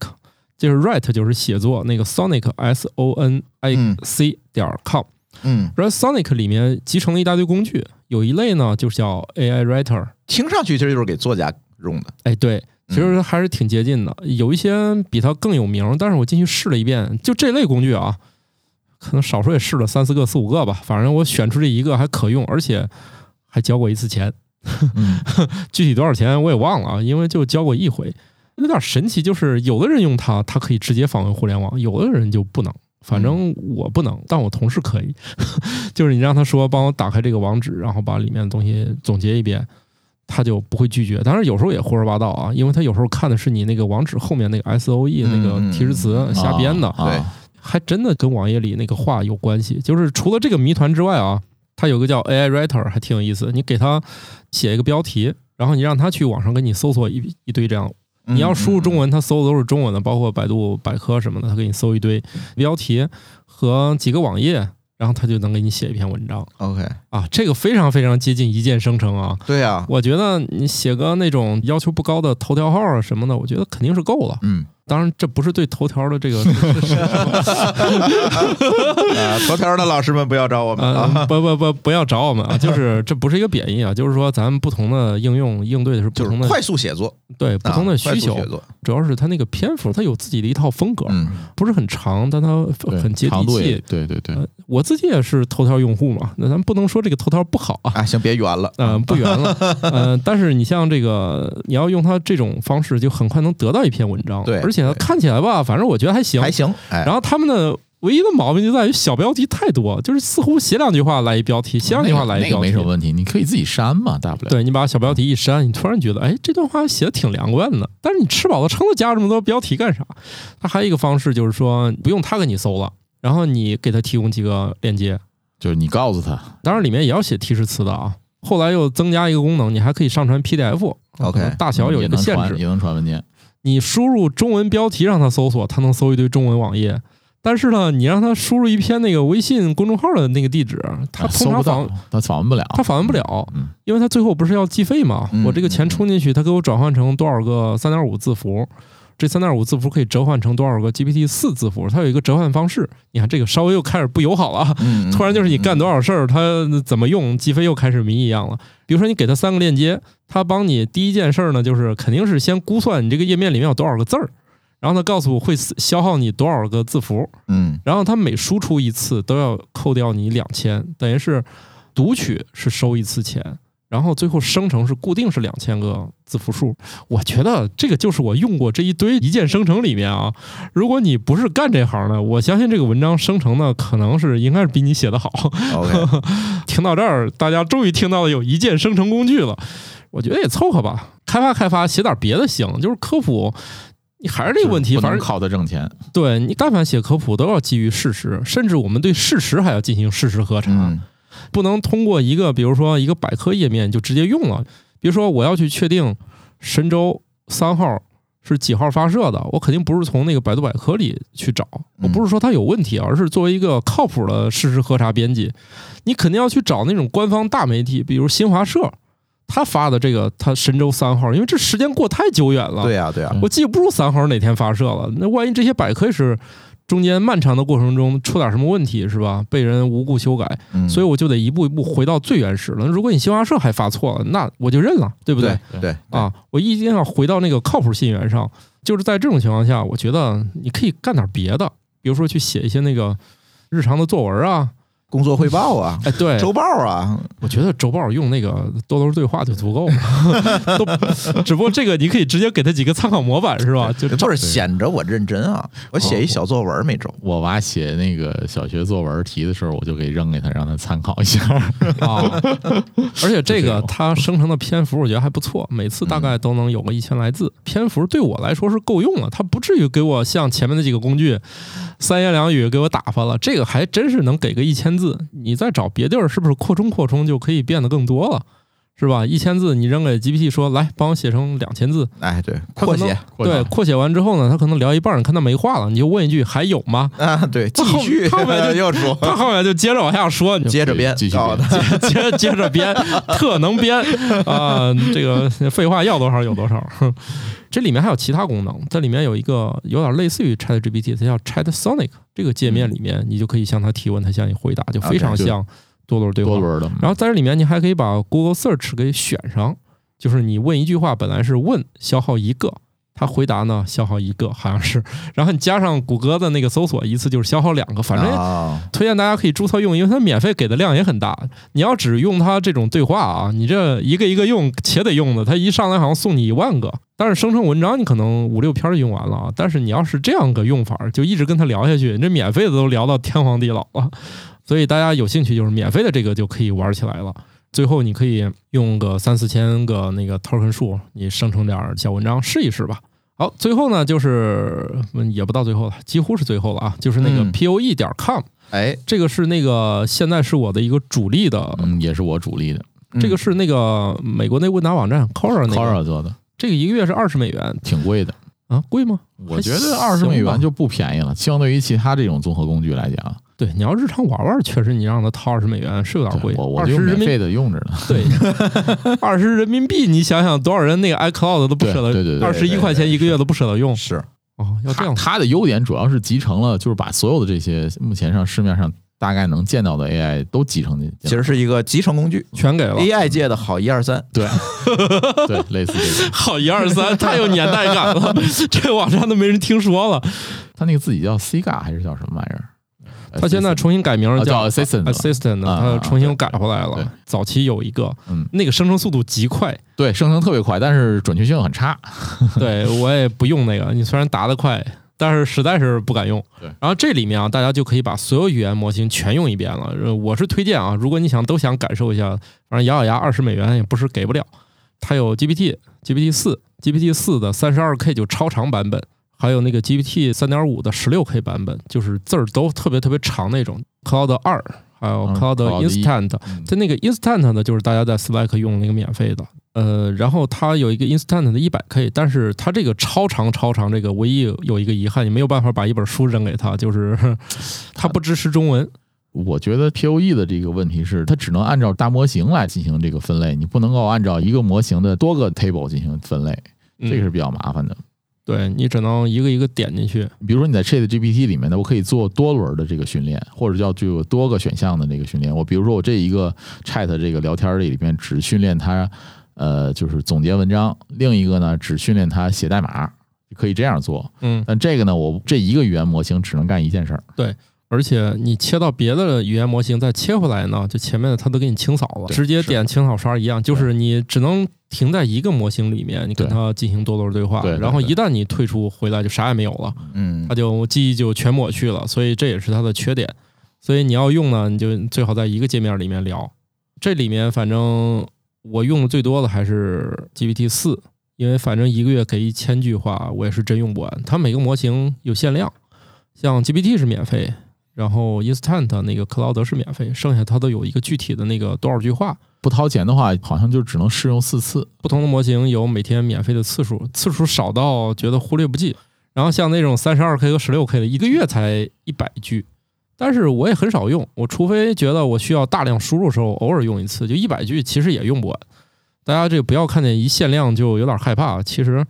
Speaker 1: 就是 Write 就是写作，那个 Sonic S O N I C 点 com。
Speaker 2: 嗯，
Speaker 1: Write Sonic 里面集成了一大堆工具，有一类呢就叫 AI Writer，
Speaker 2: 听上去其实就是给作家用的。
Speaker 1: 哎，对，其实还是挺接近的。有一些比它更有名，但是我进去试了一遍，就这类工具啊，可能少说也试了三四个、四五个吧。反正我选出这一个还可用，而且还交过一次钱，
Speaker 3: 嗯
Speaker 1: 具体多少钱我也忘了啊，因为就交过一回。有点神奇，就是有的人用它，它可以直接访问互联网；有的人就不能。反正我不能，但我同事可以。 就是你让他说帮我打开这个网址，然后把里面的东西总结一遍，他就不会拒绝。当然有时候也胡说八道啊，因为他有时候看的是你那个网址后面那个 S O E 那个提示词
Speaker 2: 嗯
Speaker 1: 瞎编的，
Speaker 3: 啊
Speaker 2: 对
Speaker 1: 还真的跟网页里那个话有关系。就是除了这个谜团之外啊，它有个叫 AI Writer 还挺有意思，你给它写一个标题，然后你让它去网上给你搜索一一堆这样
Speaker 2: 嗯
Speaker 1: 你要输入中
Speaker 2: 文，
Speaker 1: 文，它搜的都是中文的，包括百度百科什么的，它给你搜一堆标题和几个网页，然后它就能给你写一篇文章
Speaker 2: OK，
Speaker 1: 啊。这个非常非常接近一键生成啊。
Speaker 2: 对啊，
Speaker 1: 我觉得你写个那种要求不高的头条号啊什么的，我觉得肯定是够了。
Speaker 2: 嗯，
Speaker 1: 当然，这不是对头条的这个
Speaker 2: 啊，头条的老师们不要找我们啊。
Speaker 1: 呃不不不不要找我们啊，就是 这不是一个贬义啊，就是说咱们不同的应用应对的是不
Speaker 2: 就是
Speaker 1: 同的
Speaker 2: 快速写作，
Speaker 1: 对不
Speaker 2: 啊
Speaker 1: 同的需
Speaker 2: 快速
Speaker 1: 求
Speaker 2: 写，作，
Speaker 1: 主要是它那个篇幅，它有自己的一套风格。
Speaker 2: 嗯，
Speaker 1: 不是很长，但它
Speaker 3: 对
Speaker 1: 很接地
Speaker 3: 长度也
Speaker 1: 气。
Speaker 3: 对对对，
Speaker 1: 呃，我自己也是头条用户嘛，那咱不能说这个头条不好啊，
Speaker 2: 啊，行，别圆了，
Speaker 1: 嗯、不圆了，呃，但是你像这个，你要用它这种方式，就很快能得到一篇文章，
Speaker 2: 对
Speaker 1: 而且它
Speaker 2: 对
Speaker 1: 看起来吧，反正我觉得还行。
Speaker 2: 还行，哎，
Speaker 1: 然后他们的唯一的毛病就在于小标题太多，就是似乎写两句话来一标题，写两句话来一
Speaker 3: 那个
Speaker 1: 标
Speaker 3: 没
Speaker 1: 题。
Speaker 3: 什么问题，你可以自己删嘛，大不了。
Speaker 1: 对你把小标题一删，你突然觉得，哎，这段话写的挺连贯的。但是你吃饱了撑的加这么多标题干啥？它还有一个方式就是说，不用他给你搜了，然后你给他提供几个链接，
Speaker 3: 就是你告诉他，
Speaker 1: 当然里面也要写提示词的啊。后来又增加一个功能，你还可以上传 PDF。可
Speaker 2: OK
Speaker 1: 能大小有一
Speaker 3: 嗯也
Speaker 1: 个
Speaker 3: 能
Speaker 1: 限
Speaker 3: 传
Speaker 1: 制。
Speaker 3: 也能传文件。
Speaker 1: 你输入中文标题让它搜索，它能搜一堆中文网页。但是呢，你让它输入一篇那个微信公众号的那个地址，它
Speaker 3: 啊
Speaker 1: 通
Speaker 3: 搜
Speaker 1: 常
Speaker 3: 不
Speaker 1: 访
Speaker 3: 到，他访问不了，
Speaker 1: 他访问不了
Speaker 3: 嗯，
Speaker 1: 因为他最后不是要计费嘛
Speaker 2: 啊嗯？
Speaker 1: 我这个钱充进去，他给我转换成多少个三点五字符，这三点五字符可以折换成多少个 GPT 四字符，它有一个折换方式。你看这个稍微又开始不友好了啊，
Speaker 2: 嗯
Speaker 1: 突然就是你干多少事儿，它怎么用，鸡飞又开始迷一样了。比如说你给它三个链接，它帮你第一件事儿呢，就是肯定是先估算你这个页面里面有多少个字儿，然后它告诉我会消耗你多少个字符，
Speaker 2: 嗯
Speaker 1: 然后它每输出一次都要扣掉你两千，等于是读取是收一次钱，然后最后生成是固定是两千个字符数。我觉得这个就是我用过这一堆一键生成里面啊，如果你不是干这行的，我相信这个文章生成的可能是应该是比你写的好。
Speaker 2: 嗯，OK，
Speaker 1: 听到这儿，大家终于听到了有一键生成工具了，我觉得也凑合吧，开发开发，写点别的行，就是科普。你还是这个问题，
Speaker 3: 不
Speaker 1: 反
Speaker 3: 能
Speaker 1: 正
Speaker 3: 靠它挣钱。
Speaker 1: 对你，但凡写科普都要基于事实，甚至我们对事实还要进行事实核查，
Speaker 2: 嗯
Speaker 1: 不能通过一个比如说一个百科页面就直接用了。比如说我要去确定神舟三号是几号发射的，我肯定不是从那个百度百科里去找，我不是说它有问题，而是作为一个靠谱的事实核查编辑，你肯定要去找那种官方大媒体，比如新华社。他发的这个，他神舟三号，因为这时间过太久远 了，
Speaker 2: 嗯对呀对呀，
Speaker 1: 我记不住三号哪天发射了。那万一这些百科是中间漫长的过程中出点什么问题，是吧？被人无故修改，
Speaker 2: 嗯
Speaker 1: 所以我就得一步一步回到最原始了。如果你新华社还发错了，那我就认了，对不
Speaker 2: 对对
Speaker 1: 啊，我一定要回到那个靠谱信源上。就是在这种情况下，我觉得你可以干点别的，比如说去写一些那个日常的作文啊。
Speaker 2: 工作汇报啊，
Speaker 1: 哎， 对，
Speaker 2: 周报啊，
Speaker 1: 我觉得周报用那个多多对话就足够了。 都，只不过这个你可以直接给他几个参考模板，是吧？ 就
Speaker 2: 就是显着我认真啊，
Speaker 1: 哦
Speaker 2: 我写一小作文每周，
Speaker 3: 我娃写那个小学作文题的时候，我就给扔给他，让他参考一下。
Speaker 1: 啊， 而且这嗯个
Speaker 3: 是这样
Speaker 1: 它生成的篇幅我觉得还不错，每次大概都能有个一千来字，篇幅对我来说是够用了，它不至于给我像前面那几个工具三言两语给我打发了，这个还真是能给个一千字，你再找别地儿是不是扩充扩充就可以变得更多了？是吧？一千字你扔给 GPT 说来帮我写成两千字，
Speaker 2: 哎对，
Speaker 1: 它
Speaker 2: 扩
Speaker 1: 可能
Speaker 2: 写
Speaker 3: 扩
Speaker 1: 对
Speaker 3: 展
Speaker 1: 扩写完之后呢，他可能聊一半儿，你看他没话了，你就问一句还有吗？
Speaker 2: 啊对，继
Speaker 1: 后
Speaker 2: 续
Speaker 1: 后面就
Speaker 2: 又说，
Speaker 1: 他后面就接着往下说，你
Speaker 2: 接着编，啊
Speaker 3: 继续
Speaker 2: 告诉 他
Speaker 1: 接接着编，特能编啊、这个废话要多少有多少。 哼这里面还有其他功能，这里面有一个有点类似于 Chat GPT，它叫 Chat Sonic。这个界面里面，你就可以向它提问，它向你回答，就非常
Speaker 3: OK，就
Speaker 1: 像啊多 轮对话。
Speaker 3: 多轮的，
Speaker 1: 然后在这里面，你还可以把 Google Search 给选上，就是你问一句话，本来是问消耗一个，它回答呢消耗一个，好像是，然后你加上谷歌的那个搜索，一次就是消耗两个，反正
Speaker 2: 啊
Speaker 1: 推荐大家可以注册用，因为它免费给的量也很大。你要只用它这种对话啊，你这一个一个用且得用的，它一上来好像送你一万个，但是生成文章你可能五六篇就用完了啊。但是你要是这样个用法，就一直跟它聊下去，你这免费的都聊到天荒地老了。 所以大家有兴趣就是免费的这个就可以玩起来了。最后你可以用个三四千个那个 token 数，你生成点儿小文章试一试吧。好，最后呢就是嗯也不到最后了，几乎是最后了啊，就是那个
Speaker 2: 嗯
Speaker 1: poe 点 com。
Speaker 2: 哎
Speaker 1: 这个是那个现在是我的一个主力的，
Speaker 3: 嗯，也是我主力的
Speaker 2: 嗯
Speaker 1: 这个是那个美国那问答网站 Quora 那
Speaker 3: c o
Speaker 1: 个
Speaker 3: r a 做的，
Speaker 1: 这个一个月是二十美元
Speaker 3: 挺贵的。
Speaker 1: 啊，贵吗？
Speaker 3: 我觉得二十美元就不便宜了，相对于其他这种综合工具来讲，
Speaker 1: 对，你要日常玩玩，确实你让他掏二十美元是有点
Speaker 3: 对
Speaker 1: 贵，
Speaker 3: 我我
Speaker 1: 二
Speaker 3: 就
Speaker 1: 十人
Speaker 3: 免
Speaker 1: 民
Speaker 3: 费的用着呢。
Speaker 1: 对， 二十人民币，你想想多少人那个 iCloud 都不
Speaker 3: 对
Speaker 1: 舍
Speaker 3: 对
Speaker 1: 得，
Speaker 3: 对
Speaker 1: 二
Speaker 3: 对，
Speaker 1: 十一块钱一个月都不舍得用
Speaker 2: 是
Speaker 1: 哦，要这
Speaker 3: 它
Speaker 1: 样
Speaker 3: 它的优点主要是集成了，就是把所有的这些目前上市面上大概能见到的 AI 都集成进去。
Speaker 2: 其实是一个集成工具
Speaker 1: 全给了。
Speaker 2: ，AI 界的好一二三，
Speaker 3: 对 对，类似这种，
Speaker 1: 好，一二三，太有年代感 了，这个网站都没人听说了。
Speaker 3: 它那个自己叫 Siga 还是叫什么玩意儿？
Speaker 1: 他现在重新改名了，
Speaker 3: 啊
Speaker 1: 叫
Speaker 3: 叫 Assistant 了
Speaker 1: Assistant，
Speaker 3: 啊
Speaker 1: 他
Speaker 3: 啊
Speaker 1: 重新又改回来
Speaker 3: 对
Speaker 1: 了。早期有一个
Speaker 3: 嗯，
Speaker 1: 那个生成速度极 快，
Speaker 3: 对生成特别快，但是准确性很差。
Speaker 1: 对我也不用那个。你虽然答得快，但是实在是不敢用。
Speaker 3: 对
Speaker 1: 然后这里面啊，大家就可以把所有语言模型全用一遍了。呃我是推荐啊，如果你想都想感受一下，反正咬咬牙二十美元也不是给不了。它有 GPT、GPT 四、GPT 四的三十二 K 就超长版本，还有那个 GPT 三点五的十六 K 版本，就是字儿都特别特别长那种。Cloud 二还有
Speaker 3: 嗯
Speaker 1: Cloud
Speaker 3: Cloud 一
Speaker 1: Instant，、
Speaker 3: 嗯
Speaker 1: 它那个 Instant 呢，就是大家在 Slack 用那个免费的，呃，然后它有一个 Instant 的一百 K，但是它这个超长超长，这个唯一有一个遗憾，你没有办法把一本书扔给他，就是 它不支持中文。
Speaker 3: 我觉得 POE 的这个问题是，它只能按照大模型来进行这个分类，你不能够按照一个模型的多个 table 进行分类，这个是比较麻烦的。
Speaker 1: 嗯对你只能一个一个点进去。
Speaker 3: 比如说你在 Chat GPT 里面呢，我可以做多轮的这个训练，或者叫具有多个选项的这个训练。我比如说我这一个 Chat 这个聊天里面只训练它，呃，就是总结文章；另一个呢只训练它写代码，可以这样做。
Speaker 1: 嗯，
Speaker 3: 但这个呢，我这一个语言模型只能干一件事儿。
Speaker 1: 而且你切到别的语言模型再切回来呢，就前面的它都给你清扫了，
Speaker 3: 对
Speaker 1: 直接点清扫刷一样，就是你只能停在一个模型里面，你跟
Speaker 3: 对
Speaker 1: 它进行多轮对话
Speaker 3: 对对，对
Speaker 1: 然后一旦你退出回来就啥也没有了，
Speaker 2: 嗯
Speaker 1: 它，就记忆就全抹去了，所以这也是它的缺点。所以你要用呢，你就最好在一个界面里面聊。这里面反正我用的最多的还是 GPT 四，因为反正一个月给一千句话，我也是真用不完。它每个模型有限量，像 GPT 是免费，然后 Instant 那个克劳德是免费，剩下它都有一个具体的那个多少句话。
Speaker 3: 不掏钱的话，好像就只能试用四次。
Speaker 1: 不同的模型有每天免费的次数，次数少到觉得忽略不计。然后像那种三十二 K 和十六 K 的，一个月才一百句，但是我也很少用，我除非觉得我需要大量输入的时候，偶尔用一次，就一百句其实也用不完。大家这个不要看见一限量就有点害怕，其实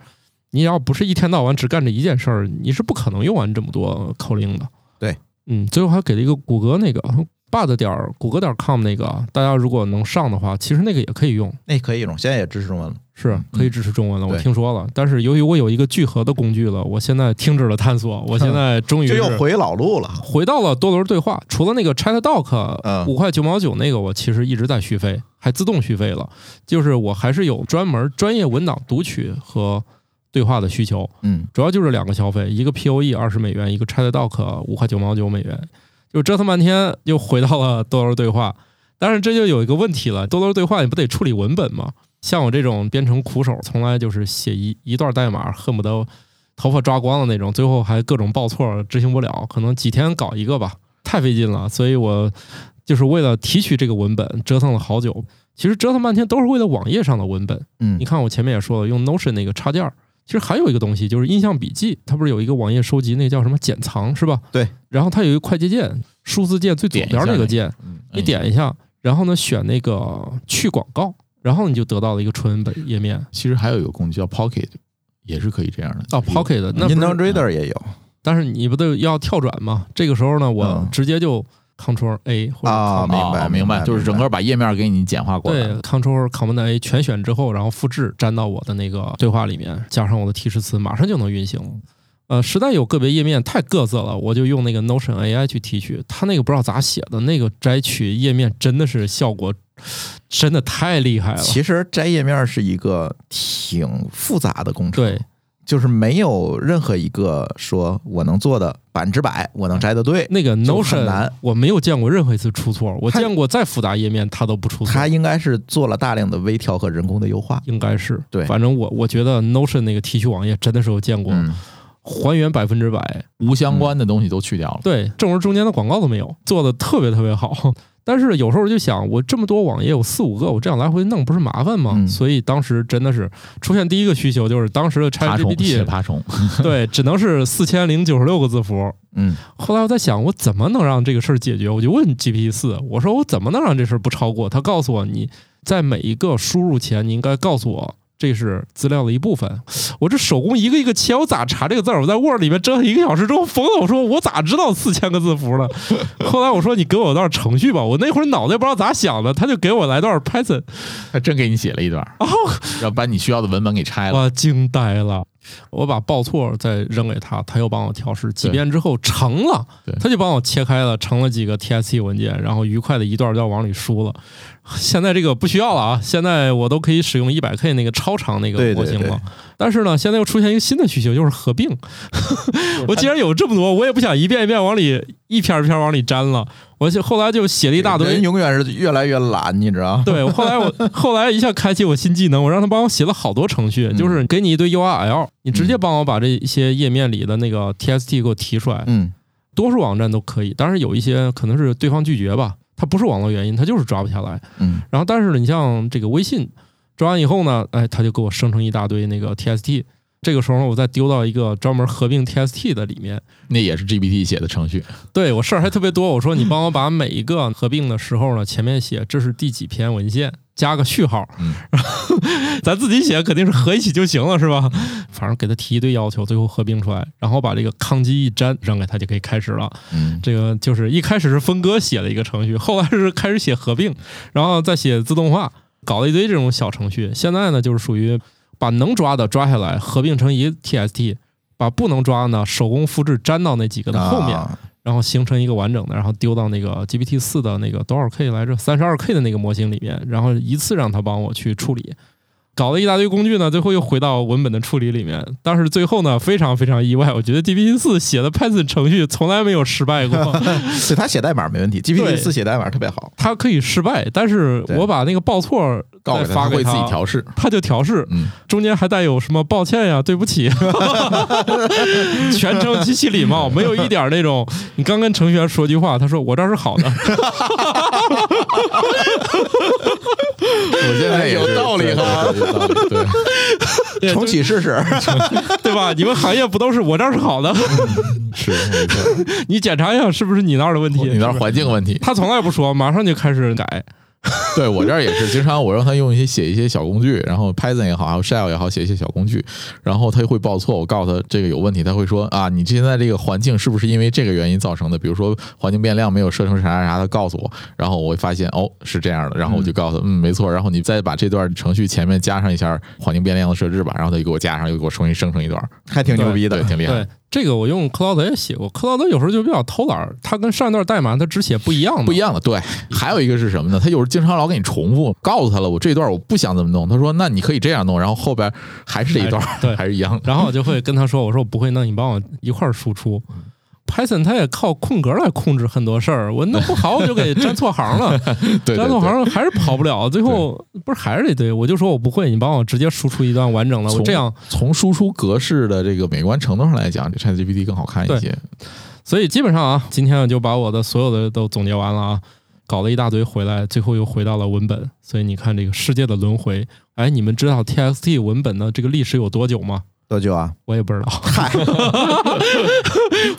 Speaker 1: 你要不是一天到晚只干这一件事儿，你是不可能用完这么多口令的。
Speaker 2: 对，
Speaker 1: 嗯，最后还给了一个谷歌那个 bud 点儿谷歌点儿 com 那个，大家如果能上的话，其实那个也可以用。
Speaker 2: 那可以用，现在也支持中文了。
Speaker 1: 是
Speaker 2: 嗯
Speaker 1: 可以支持中文了，我
Speaker 2: 对
Speaker 1: 听说了。但是由于我有一个聚合的工具了，我现在停止 了探索，我现在终于
Speaker 2: 这又
Speaker 1: 是
Speaker 2: 回老路了。
Speaker 1: 回到了多轮对话。除了那个 Chat Doc
Speaker 2: 嗯
Speaker 1: 五块九毛九那个，我其实一直在续费，还自动续费了。就是我还是有专门专业文档读取和对话的需求，
Speaker 2: 嗯，
Speaker 1: 主要就是两个消费，一个 POE 二十美元，一个 Chat Doc 五块九毛九美元。就折腾半天，又回到了多轮对话。但是这就有一个问题了，多轮对话你不得处理文本吗？像我这种编程苦手，从来就是写一一段代码，恨不得头发抓光了那种，最后还各种报错，执行不了，可能几天搞一个吧，太费劲了。所以我就是为了提取这个文本，折腾了好久。其实折腾半天都是为了网页上的文本。
Speaker 2: 嗯
Speaker 1: 你看我前面也说了，用 Notion 那个插件儿，其实还有一个东西就是印象笔记，它不是有一个网页收集，那个叫什么剪藏是吧？
Speaker 2: 对。
Speaker 1: 然后它有一个快捷键，数字键最左边那个键，
Speaker 3: 嗯
Speaker 1: 你点一下，然后呢选那个去广告，然后你就得到了一个纯文本页面。啊
Speaker 3: 其实还有一个工具叫 Pocket，也是可以这样的。
Speaker 1: 哦
Speaker 3: 就是
Speaker 1: ，Pocket 那不是
Speaker 2: Kindle Reader 也有
Speaker 1: 但是你不都要跳转吗？这个时候呢，我
Speaker 2: 嗯
Speaker 1: 直接就 Ctrl A 或者
Speaker 2: 啊，
Speaker 1: Ctrl
Speaker 2: 明
Speaker 3: 哦
Speaker 2: 白
Speaker 3: 明
Speaker 2: 白，
Speaker 3: 就是整
Speaker 2: 明
Speaker 3: 个把页面给你简化过来。
Speaker 1: 对 Ctrl Command A 全选之后，然后复制粘到我的那个对话里面，加上我的提示词，马上就能运行了。呃，实在有个别页面太各自了，我就用那个 Notion AI 去提取，它那个不知道咋写的，那个摘取页面真的是效果真的太厉害
Speaker 2: 白
Speaker 1: 了。
Speaker 2: 其实摘页面是一个挺复杂的工程，
Speaker 1: 对，
Speaker 2: 就是没有任何一个说我能做的百分之百，我能摘的对。
Speaker 1: 那个
Speaker 2: 就很
Speaker 1: Notion
Speaker 2: 难
Speaker 1: 我没有见过任何一次出错，我
Speaker 2: 它
Speaker 1: 见过再复杂页面它都不出错。
Speaker 2: 它应该是做了大量的微调和人工的优化。
Speaker 1: 应该是
Speaker 2: 对
Speaker 1: 反正我我觉得 Notion 那个提取网页真的是我见过、
Speaker 3: 嗯，
Speaker 1: 还原百分之百，
Speaker 3: 无相关的东西都去掉了。
Speaker 1: 对，正文中间的广告都没有，做的特别特别好。 但是有时候就想，我这么多网页，有四五个，我这样来回弄不是麻烦吗？
Speaker 2: 嗯
Speaker 1: 所以当时真的是出现第一个需求就是当时的
Speaker 3: 爬虫
Speaker 1: ChatGPT
Speaker 3: 写爬虫，
Speaker 1: 对，只能是四千零九十六个字符。
Speaker 2: 嗯，
Speaker 1: 后来我在想，我怎么能让这个事儿解决？我就问 GPT 四，我说我怎么能让这事儿不超过？他告诉我，你在每一个输入前，你应该告诉我这是资料的一部分。我这手工一个一个切，我咋查这个字儿？我在 Word 里面折腾一个小时之后，疯了，我说我咋知道四千个字符呢？ 后来我说你给我段程序吧，我那会儿脑袋不知道咋想的，他就给我来段 Python，
Speaker 3: 他真给你写了一段，
Speaker 1: 哦，
Speaker 3: 要把你需要的文本给拆了。
Speaker 1: 我惊呆了，我把报错再扔给他，他又帮我调试几
Speaker 3: 对
Speaker 1: 遍之后成了
Speaker 3: 对，
Speaker 1: 他就帮我切开了，成了几个 TSC 文件，然后愉快的一段段往里输了。现在这个不需要了啊，现在我都可以使用一百 K 那个超长那个
Speaker 2: 对对
Speaker 1: 模型了。
Speaker 2: 对
Speaker 1: 但是呢，现在又出现一个新的需求，就是合并。 我既然有这么多，我也不想一遍一遍往里一篇一篇往里粘了，我就后来就写了一大堆，
Speaker 2: 人永远是越来越懒，你知道？
Speaker 1: 对，我后来我后来一下开启我新技能，我让他帮我写了好多程序，
Speaker 2: 嗯
Speaker 1: 就是给你一堆 URL，你直接帮我把这些页面里的那个 TXT 给我提出来。
Speaker 2: 嗯，
Speaker 1: 多数网站都可以，当然有一些可能是对方拒绝吧，它不是网络原因，它就是抓不下来。
Speaker 2: 嗯，
Speaker 1: 然后但是呢，你像这个微信抓完以后呢，哎，它就给我生成一大堆那个 TXT。这个时候呢，我再丢到一个专门合并 TST 的里面。
Speaker 3: 那也是 GPT 写的程序，
Speaker 1: 对我事儿还特别多，我说你帮我把每一个合并的时候呢，前面写这是第几篇文献，加个序号，
Speaker 3: 嗯
Speaker 1: 然后 咱自己写肯定是合一起就行了，是吧？反正给他提一堆要求，最后合并出来，然后把这个康基一粘扔给他就可以开始了。
Speaker 3: 嗯，
Speaker 1: 这个就是一开始是分割写了一个程序，后来是开始写合并，然后再写自动化，搞了一堆这种小程序。现在呢，就是属于把能抓的抓下来，合并成一个 TST，把不能抓的呢手工复制粘到那几个的后面，
Speaker 2: 啊
Speaker 1: 然后形成一个完整的，然后丢到那个 GPT 四的那个多少 K 来着，三十二 K 的那个模型里面，然后一次让它帮我去处理。搞了一大堆工具呢，最后又回到文本的处理里面。但是最后呢，非常非常意外，我觉得 GPT 四写的 Python 程序从来没有失败过。
Speaker 2: 对他写代码没问题
Speaker 1: 对
Speaker 2: ，GPT 四写代码特别好，
Speaker 1: 它可以失败，但是
Speaker 2: 对
Speaker 1: 我把那个报错
Speaker 3: 告
Speaker 1: 再
Speaker 3: 给
Speaker 1: 发
Speaker 3: 他
Speaker 1: 给
Speaker 3: 会自己
Speaker 1: 他
Speaker 3: 调试，
Speaker 1: 它就调试，
Speaker 3: 嗯，
Speaker 1: 中间还带有什么抱歉呀、对不 起，全程极其礼貌，没有一点那种你刚跟程序员说句话，他说我这儿是好的，
Speaker 3: 我现在也
Speaker 2: 有
Speaker 3: 是
Speaker 2: 道理哈，
Speaker 3: 对哎有道理对，
Speaker 2: 重启试试。
Speaker 1: 对吧？你们行业不都是我这儿是 好的？
Speaker 3: 是没错，
Speaker 1: 你检查一下是不是你那儿的问题？
Speaker 3: 你
Speaker 1: 是
Speaker 3: 那
Speaker 1: 不是
Speaker 3: 环境问题，
Speaker 1: 他从来不说，马上就开始改。
Speaker 3: 对我这儿也是，经常我让他用一些写一些小工具，然后 Python 也好，还有 Shell 也好，写一些小工具，然后他会报错，我告诉他这个有问题，他会说啊，你现在这个环境是不是因为这个原因造成的？比如说环境变量没有设成啥啥啥，他告诉我，然后我会发现哦是这样的，然后我就告诉他，嗯，没错，然后你再把这段程序前面加上一下环境变量的设置吧，然后他就给我加上，又给我重新生成一段，
Speaker 2: 还挺牛逼
Speaker 3: 对，
Speaker 2: 的。
Speaker 3: 挺厉害
Speaker 1: 对，这个我用 Cloud 也写过，Cloud 有时候就比较偷懒儿，它跟上一段代码它只写不一样的，
Speaker 3: 不一样的，对。还有一个是什么呢？他有时经常老给你重复，告诉他了，我这一段我不想这么弄，他说那你可以这样弄，然后后边还是这一段，
Speaker 1: 对
Speaker 3: 还是一样的。
Speaker 1: 然后我就会跟他说：“我说我不会弄，你帮我一块儿输出。” Python 它也靠空格来控制很多事儿，我弄不好我就给粘错行了，
Speaker 3: 对对
Speaker 1: 粘错
Speaker 3: 对，
Speaker 1: 行还是跑不了，最后不是还是得对我就说我不会，你帮我直接输出一段完整的，我
Speaker 3: 从
Speaker 1: 这样。
Speaker 3: 从输出格式的这个美观程度上来讲，ChatGPT 更好看一些。
Speaker 1: 所以基本上啊，今天我就把我的所有的都总结完了啊，搞了一大堆回来，最后又回到了文本。所以你看这个世界的轮回，哎，你们知道 TXT 文本的这个历史有多久 吗？
Speaker 2: 多久啊？
Speaker 1: 我也不知道，嗨，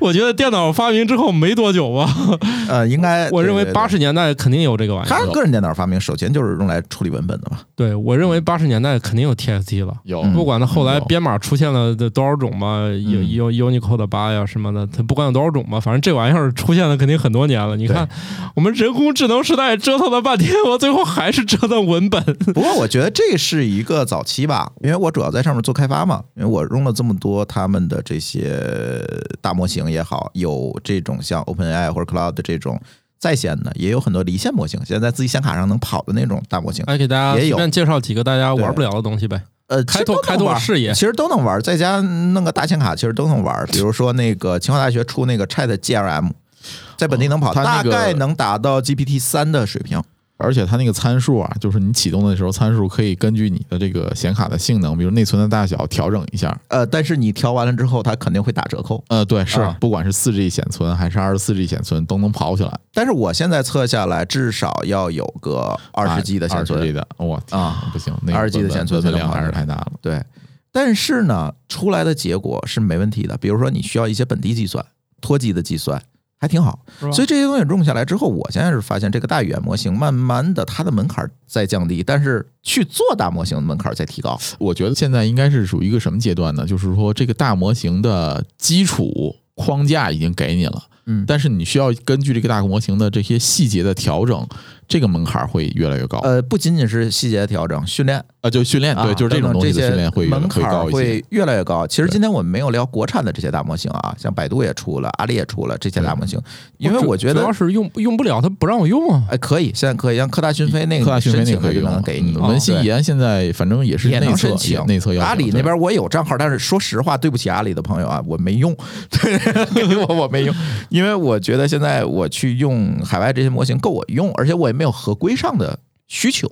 Speaker 1: 我觉得电脑发明之后没多久吧，
Speaker 2: 呃，应该
Speaker 1: 我认为八。
Speaker 2: 对对对
Speaker 1: 十年代肯定有这个玩意
Speaker 2: 他
Speaker 1: 儿。
Speaker 2: 个人电脑发明，首先就是用来处理文本的嘛。
Speaker 1: 对我认为八十年代肯定有 TXT 了，
Speaker 3: 有
Speaker 2: 嗯
Speaker 1: 不管它后来
Speaker 3: 有
Speaker 1: 编码出现了的多少种吧，有有 Unicode 八呀什么的，它不管有多少种吧，反正这玩意儿出现了肯定很多年了。你看，我们人工智能时代折腾了半天，我最后还是折腾文 本。
Speaker 2: 不过我觉得这是一个早期吧，因为我主要在上面做开发嘛，因为我用了这么多他们的这些大模型也好，有这种像 OpenAI 或者 Cloud 的这种在线的，也有很多离线模型，现在自己显卡上能跑的那种大模型，
Speaker 1: 哎来给大家
Speaker 2: 也
Speaker 1: 随
Speaker 2: 有
Speaker 1: 便介绍几个大家
Speaker 2: 对
Speaker 1: 玩不了的东西呗，
Speaker 2: 呃，
Speaker 1: 开拓开拓视野
Speaker 2: 其实都能玩，在家弄个大显卡，其实都能玩。比如说那个清华大学出那个 Chat GRM，在本地能跑，
Speaker 3: 哦它那个
Speaker 2: 大概能达到 GPT 三的水平。
Speaker 3: 而且它那个参数啊，就是你启动的时候，参数可以根据你的这个显卡的性能，比如内存的大小调整一下。
Speaker 2: 呃，但是你调完了之后，它肯定会打折扣。
Speaker 3: 呃，对，是
Speaker 2: 啊
Speaker 3: 不管是四 G 显存还是二十四 G 显存，都能跑起来。
Speaker 2: 但是我现在测下来，至少要有个二十 G 的显
Speaker 3: 啊二十
Speaker 2: 存。
Speaker 3: G 的，我
Speaker 2: 啊，
Speaker 3: 不行，那个
Speaker 2: 20G 的显存
Speaker 3: 文本量
Speaker 2: 才能跑
Speaker 3: 还是
Speaker 2: 起来
Speaker 3: 太大了。
Speaker 2: 对，但是呢，出来的结果是没问题的。比如说，你需要一些本地计算、脱机的计算，还挺好。
Speaker 1: 是吧
Speaker 2: 所以这些东西用下来之后，我现在是发现这个大语言模型慢慢的它的门槛在降低，但是去做大模型的门槛在提高。
Speaker 3: 我觉得现在应该是属于一个什么阶段呢？就是说，这个大模型的基础框架已经给你了，
Speaker 2: 嗯
Speaker 3: 但是你需要根据这个大模型的这些细节的调整，这个门槛会越来越高。
Speaker 2: 呃，不仅仅是细节的调整，训练
Speaker 3: 呃，就训练，
Speaker 2: 啊
Speaker 3: 对，就是这
Speaker 2: 等
Speaker 3: 种
Speaker 2: 等
Speaker 3: 东西的
Speaker 2: 些
Speaker 3: 训练会越
Speaker 2: 门
Speaker 3: 会
Speaker 2: 槛
Speaker 3: 高一些。
Speaker 2: 会越来越高。其实
Speaker 3: 对
Speaker 2: 今天我们没有聊国产的这些大模型啊，像百度也出了，阿里也出了这些大模型，因
Speaker 3: 哦
Speaker 2: 为
Speaker 1: 主
Speaker 2: 我觉
Speaker 1: 主
Speaker 2: 得
Speaker 1: 要是用用不了，它不让我用啊。
Speaker 2: 哎可以，现在可以像科大讯飞那个
Speaker 3: 科大讯飞那
Speaker 2: 申请
Speaker 3: 个可
Speaker 2: 的
Speaker 3: 以
Speaker 2: 就
Speaker 3: 用
Speaker 2: 能给你
Speaker 3: 嗯文心一
Speaker 2: 对
Speaker 3: 言现在反正也是
Speaker 2: 也
Speaker 3: 内
Speaker 2: 能
Speaker 3: 测
Speaker 2: 申，请
Speaker 3: 也内测要
Speaker 2: 阿里
Speaker 3: 求
Speaker 2: 那
Speaker 3: 对
Speaker 2: 边我有账号，但是说实话，对不起阿里的朋友啊，我没用， 对我我没用，因为我觉得现在我去用海外这些模型够我用，而且我也没有合规上的需求，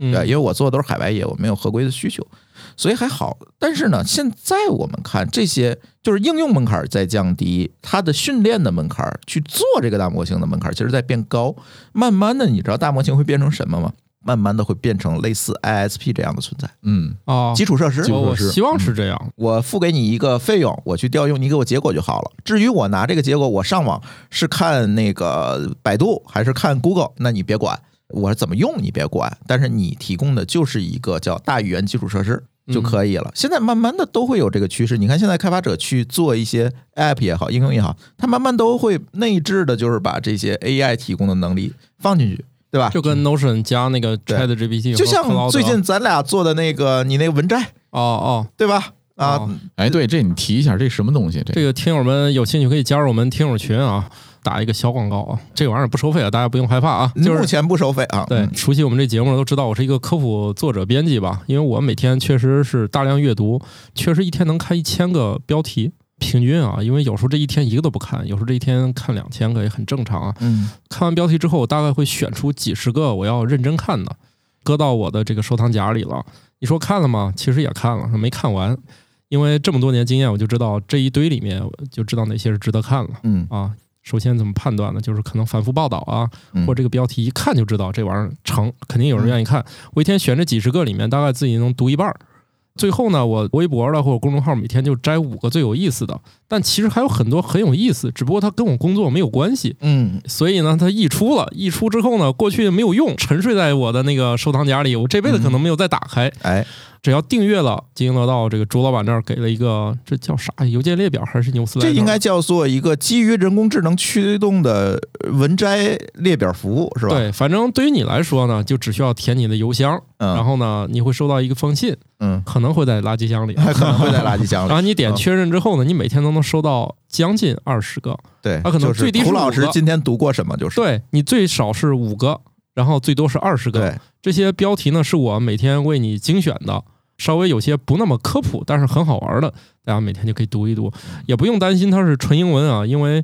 Speaker 1: 嗯，
Speaker 2: 对，因为我做的都是海外业，我没有合规的需求，所以还好。但是呢，现在我们看这些，就是应用门槛在降低，它的训练的门槛，去做这个大模型的门槛，其实在变高。慢慢的，你知道大模型会变成什么吗？慢慢的会变成类似 ISP 这样的存在，
Speaker 3: 嗯，
Speaker 1: 啊，
Speaker 2: 基础设施。
Speaker 1: 我我
Speaker 3: 设施
Speaker 1: 希望是这样，
Speaker 2: 我付给你一个费用，我去调用，你给我结果就好了。至于我拿这个结果，我上网是看那个百度还是看 Google，那你别管，我怎么用你别管。但是你提供的就是一个叫大语言基础设施就可以了。
Speaker 1: 嗯
Speaker 2: 现在慢慢的都会有这个趋势，你看现在开发者去做一些 App 也好，应用也好，它慢慢都会内置的，就是把这些 AI 提供的能力放进去，对吧？
Speaker 1: 就跟 Notion 加那个
Speaker 2: 嗯对
Speaker 1: Chat GPT，
Speaker 2: 就像最近咱俩做的那个你那个文摘，
Speaker 1: 啊哦哦，
Speaker 2: 对吧？啊，
Speaker 1: 哦
Speaker 3: 哎，对，这你提一下，这什么东西？这
Speaker 1: 这个听友们有兴趣可以加入我们听友群啊，打一个小广告啊，这玩意儿不收费啊，大家不用害怕啊，就
Speaker 2: 目
Speaker 1: 是。
Speaker 2: 前不收费啊。
Speaker 1: 对
Speaker 2: 嗯，
Speaker 1: 熟悉我们这节目的都知道，我是一个科普作者、编辑吧。因为我每天确实是大量阅读，确实一天能看一千个标题，平均啊。因为有时候这一天一个都不看，有时候这一天看两千个也很正常啊。
Speaker 2: 嗯。
Speaker 1: 看完标题之后，我大概会选出几十个我要认真看的，搁到我的这个收藏夹里了。你说看了吗？其实也看了，没看完，因为这么多年经验，我就知道这一堆里面，我就知道哪些是值得看了
Speaker 2: 嗯
Speaker 1: 啊。首先怎么判断呢？就是可能反复报道啊，
Speaker 2: 嗯
Speaker 1: 或者这个标题一看就知道这玩意儿成，肯定有人愿意看。我一天选这几十个里面，大概自己能读一半儿。最后呢，我微博了或者公众号每天就摘五个最有意思的，但其实还有很多很有意思，只不过它跟我工作没有关系。
Speaker 2: 嗯
Speaker 1: 所以呢，它溢出了，溢出之后呢，过去没有用，沉睡在我的那个收藏夹里，我这辈子可能没有再打开。，
Speaker 2: 哎，
Speaker 1: 只要订阅了《金鹰乐道》，这个朱老板这儿给了一个，这叫啥邮件列表还是牛斯莱
Speaker 2: 这
Speaker 1: 特？
Speaker 2: 应该叫做一个基于人工智能驱动的文摘列表服务，是吧？，
Speaker 1: 对，反正对于你来说呢，就只需要填你的邮箱，
Speaker 2: 嗯，
Speaker 1: 然后呢，你会收到一个封信，
Speaker 2: 嗯，
Speaker 1: 可能会在垃圾箱 里。
Speaker 2: 它可能会在垃圾箱
Speaker 1: 然后
Speaker 2: 里。
Speaker 1: 你点
Speaker 2: 嗯
Speaker 1: 确认之后呢，你每天都能收到将近二十个，
Speaker 2: 对，
Speaker 1: 它可能
Speaker 2: 就是
Speaker 1: 最低是
Speaker 2: 涂
Speaker 1: 五
Speaker 2: 老师
Speaker 1: 个
Speaker 2: 今天读过什么？就是
Speaker 1: 对你最少是五个，然后最多是二十个。
Speaker 2: 对，
Speaker 1: 这些标题呢，是我每天为你精选的，稍微有些不那么科普，但是很好玩的，大家每天就可以读一读，也不用担心它是纯英文啊，因为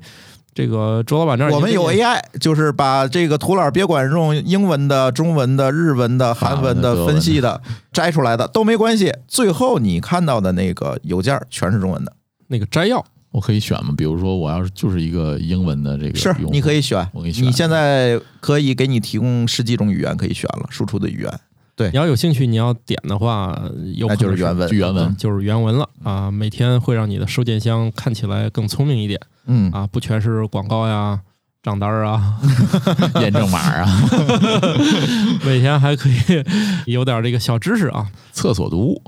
Speaker 1: 这个卓老板这儿已
Speaker 2: 我
Speaker 1: 经
Speaker 2: 们有
Speaker 1: 给你
Speaker 2: AI，就是把这个涂老师别管用英文的、中文的、日文的、韩文
Speaker 3: 法文的德
Speaker 2: 的
Speaker 3: 文的
Speaker 2: 分析的摘出来的都没关系，最后你看到的那个邮件全是中文的，
Speaker 1: 那个摘要，
Speaker 3: 我可以选吗？比如说，我要是就是一个英文的这个
Speaker 2: 是
Speaker 3: 用户
Speaker 2: 你可以选，
Speaker 3: 我给你选
Speaker 2: 你现在可以给你提供十几种语言可以选了，输出的语言，
Speaker 1: 你要有兴趣，你要点的话，有
Speaker 2: 那
Speaker 1: 可
Speaker 2: 就
Speaker 1: 能嗯
Speaker 2: 是原文，嗯
Speaker 3: 原文
Speaker 1: 就是原文了啊，每天会让你的收件箱看起来更聪明一点
Speaker 2: 嗯，
Speaker 1: 啊，不全是广告呀、账单儿啊，
Speaker 3: 验证码啊，
Speaker 1: 每天还可以有点这个小知识啊，
Speaker 3: 厕所读物。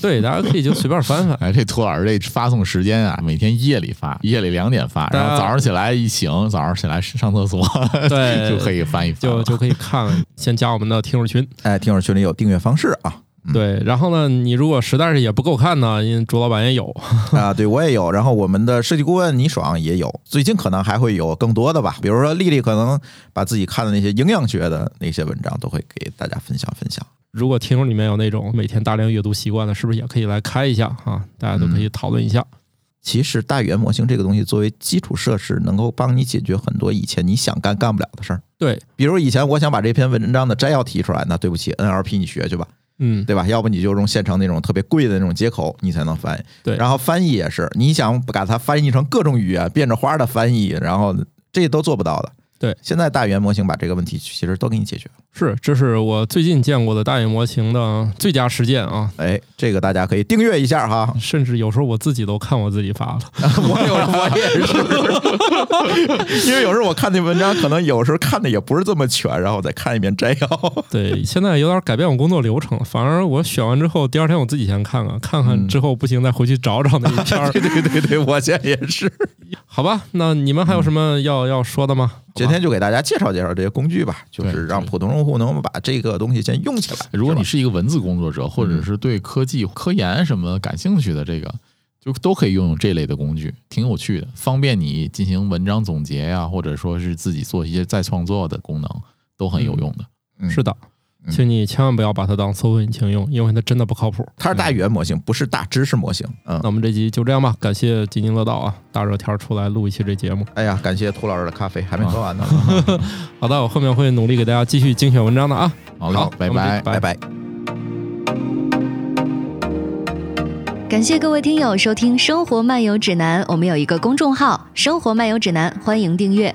Speaker 1: 对，大家可以就随便翻 翻。
Speaker 3: 哎，这托老师这发送时间啊，每天夜里发，夜里两点发，
Speaker 1: 大家
Speaker 3: 然后早上起来一醒，早上起来上厕所
Speaker 1: 对
Speaker 3: 就可以翻一翻
Speaker 1: 呃就就
Speaker 3: 了。
Speaker 1: 可以看，先加我们的听友群。
Speaker 2: 哎，听友群里有订阅方式啊。
Speaker 1: 对，然后呢，你如果实在是也不够看呢，因为卓老板也有，
Speaker 2: 啊，对我也有，然后我们的设计顾问倪爽也有，最近可能还会有更多的吧，比如说丽丽可能把自己看的那些营养学的那些文章都会给大家分享分享。
Speaker 1: 如果听友里面有那种每天大量阅读习惯的，是不是也可以来开一下啊？大家都可以讨论一下。
Speaker 2: 其实大语言模型这个东西作为基础设施，能够帮你解决很多以前你想干干不了的事儿。
Speaker 1: 对，
Speaker 2: 比如以前我想把这篇文章的摘要提出来，那对不起，NLP 你学去吧，
Speaker 1: 嗯，
Speaker 2: 对吧？要不你就用现成那种特别贵的那种接口，你才能翻译。
Speaker 1: 对
Speaker 2: 然后翻译也是，你想把它翻译成各种语言，变着花儿的翻译，然后这都做不到的。
Speaker 1: 对，
Speaker 2: 现在大语言模型把这个问题其实都给你解决了。
Speaker 1: 是，这是我最近见过的大语模型的最佳实践啊。。
Speaker 2: 哎，这个大家可以订阅一下哈
Speaker 1: 甚至有时候我自己都看我自己发了，
Speaker 2: 我有，我也是，因为有时候我看那文章，可能有时候看的也不是这么全，然后再看一遍摘要。
Speaker 1: 对，现在有点改变我工作流程了。反而我选完之后，第二天我自己先看看，看看
Speaker 2: 嗯
Speaker 1: 之后不行再回去找找那一篇 儿，
Speaker 2: 对对对对，我现在也是。
Speaker 1: 好吧？那你们还有什么要要说的 吗？
Speaker 2: 今天就给大家介绍介绍这些工具吧，就
Speaker 3: 对
Speaker 2: 是让普通用户能把这个东西先用起来。
Speaker 3: 如果
Speaker 2: 是吧
Speaker 3: 你是一个文字工作者，或
Speaker 1: 嗯
Speaker 3: 者是对科技、科研什么感兴趣的，这个就都可以用这类的工具，挺有趣的，方便你进行文章总结呀、或者说是自己做一些再创作的功能，都很有用的。
Speaker 2: 嗯
Speaker 1: 是的，
Speaker 2: 嗯
Speaker 1: 请你千万不要把它当搜索引擎用，因为它真的不靠谱。
Speaker 2: 它是大语言模型，不是大知识模型。嗯
Speaker 1: 那，我们这集就这样吧，感谢津津乐道啊，大热天儿出来录一期这节目。
Speaker 2: 哎呀，感谢涂老师的咖啡，还没喝完呢。
Speaker 3: 嗯
Speaker 1: 好的，我后面会努力给大家继续精选文章的啊。
Speaker 3: 好嘞，
Speaker 1: 好
Speaker 3: 拜
Speaker 1: 那么就
Speaker 2: 拜
Speaker 3: 拜。
Speaker 2: 拜。
Speaker 4: 感谢各位听友收听《生活漫游指南》，我们有一个公众号《生活漫游指南》，欢迎订阅。